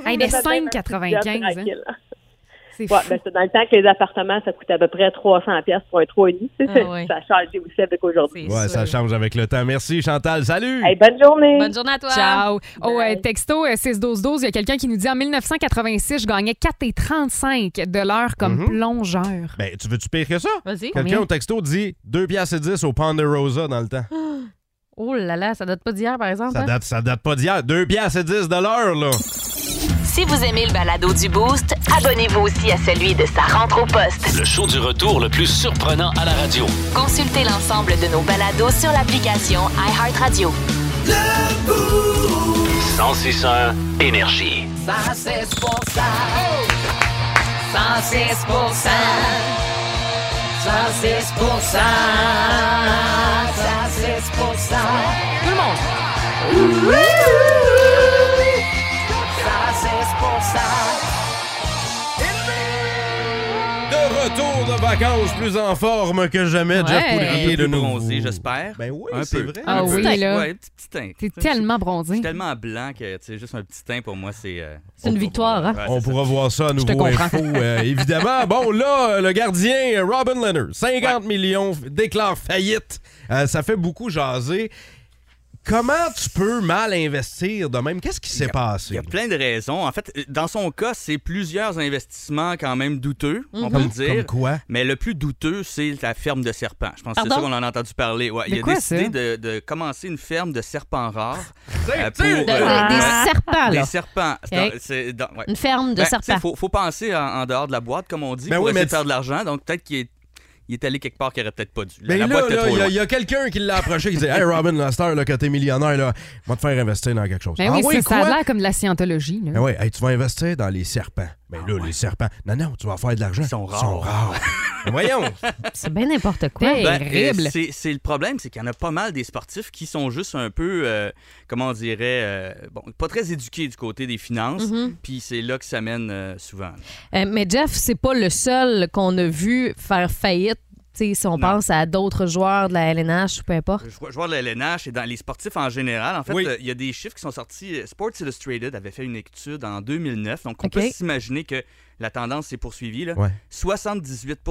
[SPEAKER 6] Hey, mais 5,95. hein.
[SPEAKER 16] C'est ben, c'est dans le temps que les appartements, ça coûtait à peu près 300 pièces pour un 3,5. tu sais,
[SPEAKER 6] Ah
[SPEAKER 16] c'est-
[SPEAKER 6] ouais.
[SPEAKER 16] Ça a changé aussi avec aujourd'hui.
[SPEAKER 5] Ouais, ça change avec le temps. Merci, Chantal. Salut!
[SPEAKER 16] Hey, bonne journée.
[SPEAKER 7] Bonne journée à toi.
[SPEAKER 6] Ciao. Oh, euh, texto euh, 6-12-12, il y a quelqu'un qui nous dit en 1986, je gagnais 4,35 de l'heure comme
[SPEAKER 5] Mhm.
[SPEAKER 6] plongeur.
[SPEAKER 5] Ben, tu veux-tu pire que ça?
[SPEAKER 7] Vas-y.
[SPEAKER 5] Quelqu'un
[SPEAKER 7] Combien?
[SPEAKER 5] au texto dit 2 piastres et 10 au Ponderosa dans le temps.
[SPEAKER 16] Ah,
[SPEAKER 7] Oh là là, ça date pas d'hier, par exemple.
[SPEAKER 5] Ça
[SPEAKER 7] hein?
[SPEAKER 5] date, ça date pas d'hier. 2 piastres et 10 de l'heure, là.
[SPEAKER 1] Si vous aimez le balado du Boost, abonnez-vous aussi à celui de sa rentre au poste.
[SPEAKER 2] Le show du retour le plus surprenant à la radio.
[SPEAKER 1] Consultez l'ensemble de nos balados sur l'application iHeartRadio.
[SPEAKER 2] 1061 Énergie.
[SPEAKER 17] 106 106 106 106 Tout le monde. 106
[SPEAKER 5] De retour de vacances plus en forme que jamais, Jeff Poudrier de nouveau.
[SPEAKER 18] bronzé, j'espère.
[SPEAKER 5] Ben oui,
[SPEAKER 18] Un
[SPEAKER 5] c'est
[SPEAKER 18] peu.
[SPEAKER 5] vrai.
[SPEAKER 6] Ah
[SPEAKER 18] Un
[SPEAKER 6] oui,
[SPEAKER 18] petit teint.
[SPEAKER 6] là.
[SPEAKER 18] Ouais, petit petit teint.
[SPEAKER 6] T'es tellement bronzé.
[SPEAKER 18] Je suis tellement blanc que, tu sais, juste un petit teint pour moi, c'est. euh,
[SPEAKER 6] C'est
[SPEAKER 5] Oh,
[SPEAKER 6] une victoire, hein?
[SPEAKER 18] Ouais,
[SPEAKER 5] On
[SPEAKER 18] c'est
[SPEAKER 5] pourra voir ça à nouveau
[SPEAKER 18] comprends.
[SPEAKER 5] info,
[SPEAKER 6] <laughs>
[SPEAKER 5] euh, évidemment. Bon, là, euh, le gardien euh, Robin Leonard, 50 millions, f- déclare faillite. Euh, ça fait beaucoup jaser. Comment tu peux mal investir de même? Qu'est-ce qui s'est passé?
[SPEAKER 18] Il y a plein de raisons. En fait, dans son cas, c'est plusieurs investissements quand même douteux, on
[SPEAKER 5] Mhm.
[SPEAKER 18] peut
[SPEAKER 5] Comme-
[SPEAKER 18] le dire.
[SPEAKER 5] comme quoi?
[SPEAKER 18] Mais le plus douteux, c'est la ferme de serpents. Je pense que c'est
[SPEAKER 5] Pardon?
[SPEAKER 18] ça qu'on en a entendu parler. Ouais,
[SPEAKER 5] De
[SPEAKER 18] il a
[SPEAKER 5] quoi,
[SPEAKER 18] décidé
[SPEAKER 5] ça?
[SPEAKER 18] de, de commencer une ferme de serpents
[SPEAKER 5] <laughs>
[SPEAKER 18] rares. euh,
[SPEAKER 7] c'est- De- des- des serpents, là.
[SPEAKER 18] Des serpents. C'est
[SPEAKER 7] Ok.
[SPEAKER 18] dans- c'est dans- ouais.
[SPEAKER 7] Une ferme de
[SPEAKER 18] Ben,
[SPEAKER 7] serpents.
[SPEAKER 18] tu sais, faut, faut penser en, en dehors de la boîte, comme on dit,
[SPEAKER 5] Ben
[SPEAKER 18] pour
[SPEAKER 5] oui,
[SPEAKER 18] essayer
[SPEAKER 5] mais
[SPEAKER 18] de faire de l'argent. Donc peut-être qu'il est, il est allé quelque part qu'il aurait peut-être pas dû. La-
[SPEAKER 5] Mais
[SPEAKER 18] la
[SPEAKER 5] Ben là,
[SPEAKER 18] boîte était
[SPEAKER 5] là,
[SPEAKER 18] trop
[SPEAKER 5] il y a-
[SPEAKER 18] loin.
[SPEAKER 5] il y a, quelqu'un qui l'a approché qui dit Hey Robin, Lester, là, que t'es millionnaire, là, va te faire investir dans quelque chose.
[SPEAKER 6] Ben
[SPEAKER 5] Ah
[SPEAKER 6] oui,
[SPEAKER 5] oui,
[SPEAKER 6] c'est- ça a
[SPEAKER 5] quoi?
[SPEAKER 6] l'air comme de la scientologie. là.
[SPEAKER 5] Ben oui, hey, tu vas investir dans les serpents. Ben
[SPEAKER 18] Ah
[SPEAKER 5] là, les serpents. Non, non, tu vas faire de l'argent. Ils sont rares.
[SPEAKER 18] <laughs>
[SPEAKER 5] Ben Voyons.
[SPEAKER 7] C'est bien n'importe quoi.
[SPEAKER 18] Ben, euh, c'est- C'est le problème, c'est qu'il y en a pas mal des sportifs qui sont juste un peu, euh, comment on dirait, euh, bon, pas très éduqués du côté des finances.
[SPEAKER 7] Mhm.
[SPEAKER 18] Puis c'est là que ça mène euh, souvent.
[SPEAKER 7] Euh, mais Jeff, c'est pas le seul qu'on a vu faire faillite. tu sais, si on pense à d'autres joueurs de la LNH ou peu importe.
[SPEAKER 18] Je vois- je vois de la LNH et dans les sportifs en général, en fait, euh, il y a des chiffres qui sont sortis. Euh, Sports Illustrated avait fait une étude en 2009, donc on
[SPEAKER 7] OK.
[SPEAKER 18] peut s'imaginer que la tendance s'est poursuivie. là.
[SPEAKER 5] Ouais.
[SPEAKER 18] 78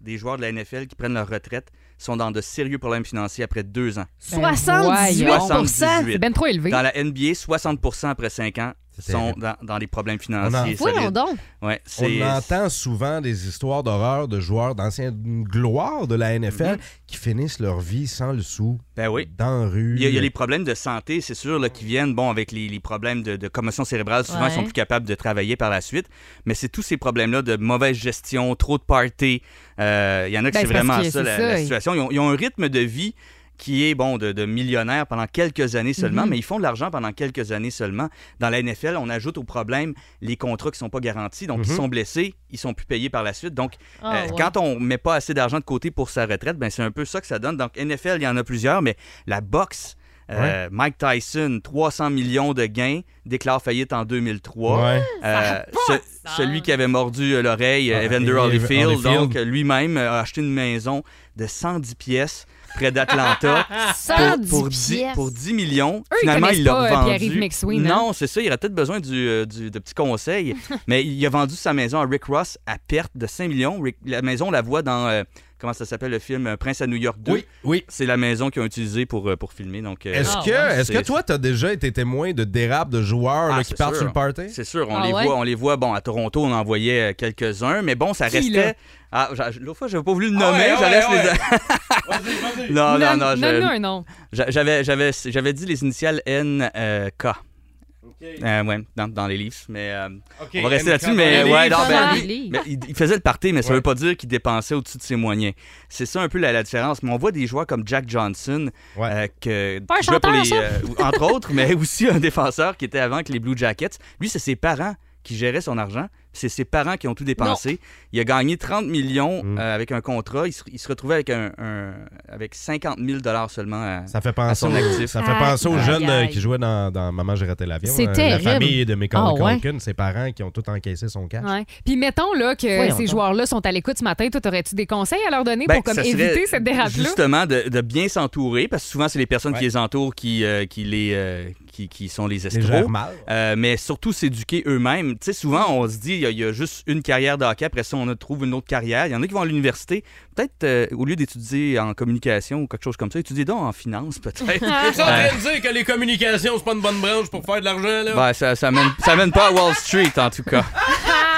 [SPEAKER 18] des joueurs de la NFL qui prennent leur retraite sont dans de sérieux problèmes financiers après deux ans.
[SPEAKER 7] Ben 78
[SPEAKER 18] 78.
[SPEAKER 7] C'est ben trop élevé.
[SPEAKER 18] Dans la NBA, 60 après 5 ans sont
[SPEAKER 5] terrible.
[SPEAKER 18] dans, dans les problèmes
[SPEAKER 5] On en-
[SPEAKER 18] financiers.
[SPEAKER 5] Voyons
[SPEAKER 18] solides.
[SPEAKER 5] donc.
[SPEAKER 18] Ouais, c'est-
[SPEAKER 5] On entend souvent des histoires d'horreur de joueurs d'anciennes gloires de la
[SPEAKER 18] Mm-hmm.
[SPEAKER 5] NFL qui finissent leur vie sans le sou,
[SPEAKER 18] Ben oui.
[SPEAKER 5] dans la rue.
[SPEAKER 18] Il y, a, il y a les problèmes de santé, c'est sûr, là, qui viennent bon, avec les, les problèmes de, de commotion cérébrale. Souvent,
[SPEAKER 5] Ouais.
[SPEAKER 18] ils sont plus capables de travailler par la suite. Mais c'est tous ces problèmes-là de mauvaise gestion, trop de party. Euh, il y en a qui
[SPEAKER 5] Ben,
[SPEAKER 18] c'est
[SPEAKER 5] c'est parce
[SPEAKER 18] vraiment
[SPEAKER 5] que
[SPEAKER 18] ça, la,
[SPEAKER 5] c'est ça,
[SPEAKER 18] la
[SPEAKER 5] il-
[SPEAKER 18] situation. Ils ont, ils ont un rythme de vie qui est bon de, de millionnaire pendant quelques années seulement,
[SPEAKER 5] Mhm.
[SPEAKER 18] mais ils font de l'argent pendant quelques années seulement. Dans la NFL, on ajoute au problème les contrats qui ne sont pas garantis, donc ils
[SPEAKER 5] Mhm.
[SPEAKER 18] sont blessés, ils sont plus payés par la suite. Donc,
[SPEAKER 5] Ah,
[SPEAKER 18] euh,
[SPEAKER 5] ouais.
[SPEAKER 18] quand quand on met pas assez d'argent de côté pour sa retraite, ben c'est un peu ça que ça donne. Donc NFL, il y en a plusieurs, mais la boxe, euh, Mike Tyson, 300 millions de gains, déclare faillite en 2003.
[SPEAKER 5] Ouais.
[SPEAKER 18] Euh, ce- celui qui avait mordu euh, l'oreille, euh,
[SPEAKER 5] Ah,
[SPEAKER 18] Evander
[SPEAKER 5] et-
[SPEAKER 18] Holyfield,
[SPEAKER 5] Holyfield.
[SPEAKER 18] donc euh, lui-même euh, a acheté une maison de 110 pièces près
[SPEAKER 6] <laughs>
[SPEAKER 18] d'Atlanta pour,
[SPEAKER 6] 110
[SPEAKER 18] pour 10,
[SPEAKER 6] pièces.
[SPEAKER 18] pour 10 millions.
[SPEAKER 6] ils
[SPEAKER 18] Finalement,
[SPEAKER 6] connaissent
[SPEAKER 18] il l'a
[SPEAKER 6] pas, euh, Pierre-Yves
[SPEAKER 18] vendu.
[SPEAKER 6] McSween, hein?
[SPEAKER 18] non, c'est ça, il aurait peut-être besoin du, euh, du- de petits conseils. Mais il a vendu sa maison à Rick Ross à perte de 5 millions. Rick- la maison, on la voit dans. euh, comment ça s'appelle le film euh, Prince à New York 2. Oui,
[SPEAKER 5] oui.
[SPEAKER 18] C'est la maison qu'ils ont utilisée pour, euh, pour filmer. Donc, euh,
[SPEAKER 5] Est-ce que, est-ce que
[SPEAKER 18] c'est-
[SPEAKER 5] toi, t'as déjà été témoin de dérapes de joueurs
[SPEAKER 18] ah,
[SPEAKER 5] là, qui
[SPEAKER 18] c'est
[SPEAKER 5] partent
[SPEAKER 18] sûr.
[SPEAKER 5] sur le party?
[SPEAKER 18] C'est sûr, on,
[SPEAKER 5] Ah
[SPEAKER 18] les
[SPEAKER 5] ouais?
[SPEAKER 18] voit, on les voit. Bon, à Toronto, on en voyait euh, quelques-uns, mais bon, ça
[SPEAKER 5] Qui, là?
[SPEAKER 18] restait. Ah, j'a- l'autre fois, j'avais pas voulu le
[SPEAKER 6] Ah
[SPEAKER 18] nommer.
[SPEAKER 6] ouais, ah
[SPEAKER 18] je
[SPEAKER 6] ouais,
[SPEAKER 18] laisse les-
[SPEAKER 6] ouais.
[SPEAKER 18] <laughs> non, non,
[SPEAKER 6] Nomme-
[SPEAKER 18] non. je-
[SPEAKER 6] nomme-nous un nom.
[SPEAKER 18] J'a- J'avais, j'avais, j'avais dit les initiales N-K. Euh, ouais, dans, dans les livres, mais euh, on va rester
[SPEAKER 5] NK
[SPEAKER 18] là-dessus.
[SPEAKER 5] dans
[SPEAKER 18] Mais
[SPEAKER 5] les
[SPEAKER 18] ouais,
[SPEAKER 5] livres.
[SPEAKER 18] non, ben,
[SPEAKER 5] Dans
[SPEAKER 18] lui-
[SPEAKER 5] les livres.
[SPEAKER 18] mais il, il faisait le party, mais ça
[SPEAKER 5] Ouais.
[SPEAKER 18] veut pas dire qu'il dépensait au-dessus de ses moyens. C'est ça un peu la, la différence. Mais on voit des joueurs comme Jack Johnson, euh, que
[SPEAKER 6] Pas un
[SPEAKER 18] qui jouait
[SPEAKER 6] chanteur, ça.
[SPEAKER 18] entre autres, mais aussi un défenseur qui était avant que les Blue Jackets. Lui, c'est ses parents qui géraient son argent. puis C'est ses parents qui ont tout dépensé. Il a gagné 30 millions
[SPEAKER 5] Mm.
[SPEAKER 18] euh, avec un contrat. Il se, il se retrouvait avec, un, un- avec 50 000 seulement à,
[SPEAKER 5] Ça fait
[SPEAKER 18] à
[SPEAKER 5] penser,
[SPEAKER 18] son
[SPEAKER 5] aux,
[SPEAKER 18] actif.
[SPEAKER 5] ça fait penser aux
[SPEAKER 18] Aïe,
[SPEAKER 5] jeunes euh,
[SPEAKER 18] aïe.
[SPEAKER 5] qui jouaient dans, dans Maman, j'ai raté l'avion.
[SPEAKER 6] C'est
[SPEAKER 5] hein.
[SPEAKER 6] terrible.
[SPEAKER 5] La famille de Macaulay
[SPEAKER 6] Ah ouais?
[SPEAKER 5] Culkin, ses parents qui ont tout
[SPEAKER 18] <laughs>
[SPEAKER 5] encaissé son cash.
[SPEAKER 6] Ouais. Puis mettons là, que
[SPEAKER 5] Voyons
[SPEAKER 6] ces
[SPEAKER 5] donc.
[SPEAKER 6] joueurs-là sont à l'écoute ce matin. Toi, aurais-tu des conseils à leur donner
[SPEAKER 18] Ben,
[SPEAKER 6] pour comme
[SPEAKER 18] ça serait
[SPEAKER 6] éviter cette dérape-là?
[SPEAKER 18] Justement, de, de bien s'entourer, parce que souvent, c'est les personnes qui
[SPEAKER 6] Ouais.
[SPEAKER 18] les entourent qui, euh, qui, les, euh, qui, qui sont les escrocs.
[SPEAKER 5] gèrent mal.
[SPEAKER 18] Euh, mais surtout, s'éduquer eux-mêmes. Tu sais, souvent, on se dit, il y, a- il y a juste une carrière de hockey, après ça, on trouve une autre carrière. Il y en a qui vont à l'université. Peut-être, euh, au lieu d'étudier en communication ou quelque chose comme ça, étudier donc en
[SPEAKER 6] <laughs>
[SPEAKER 18] finance, peut-être. Euh,
[SPEAKER 5] de dire que les communications, c'est pas une bonne branche pour faire de l'argent, là?
[SPEAKER 18] ben, ça, ça, mène, ça mène pas à Wall Street, en tout cas.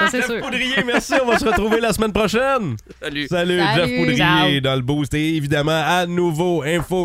[SPEAKER 6] Ça, c'est sûr.
[SPEAKER 5] Poudrier, merci. On va se retrouver la semaine prochaine.
[SPEAKER 18] Salut.
[SPEAKER 5] Salut,
[SPEAKER 1] Salut.
[SPEAKER 5] Jeff Poudrier
[SPEAKER 1] Ciao.
[SPEAKER 5] dans le boost. Et évidemment, à nouveau, info.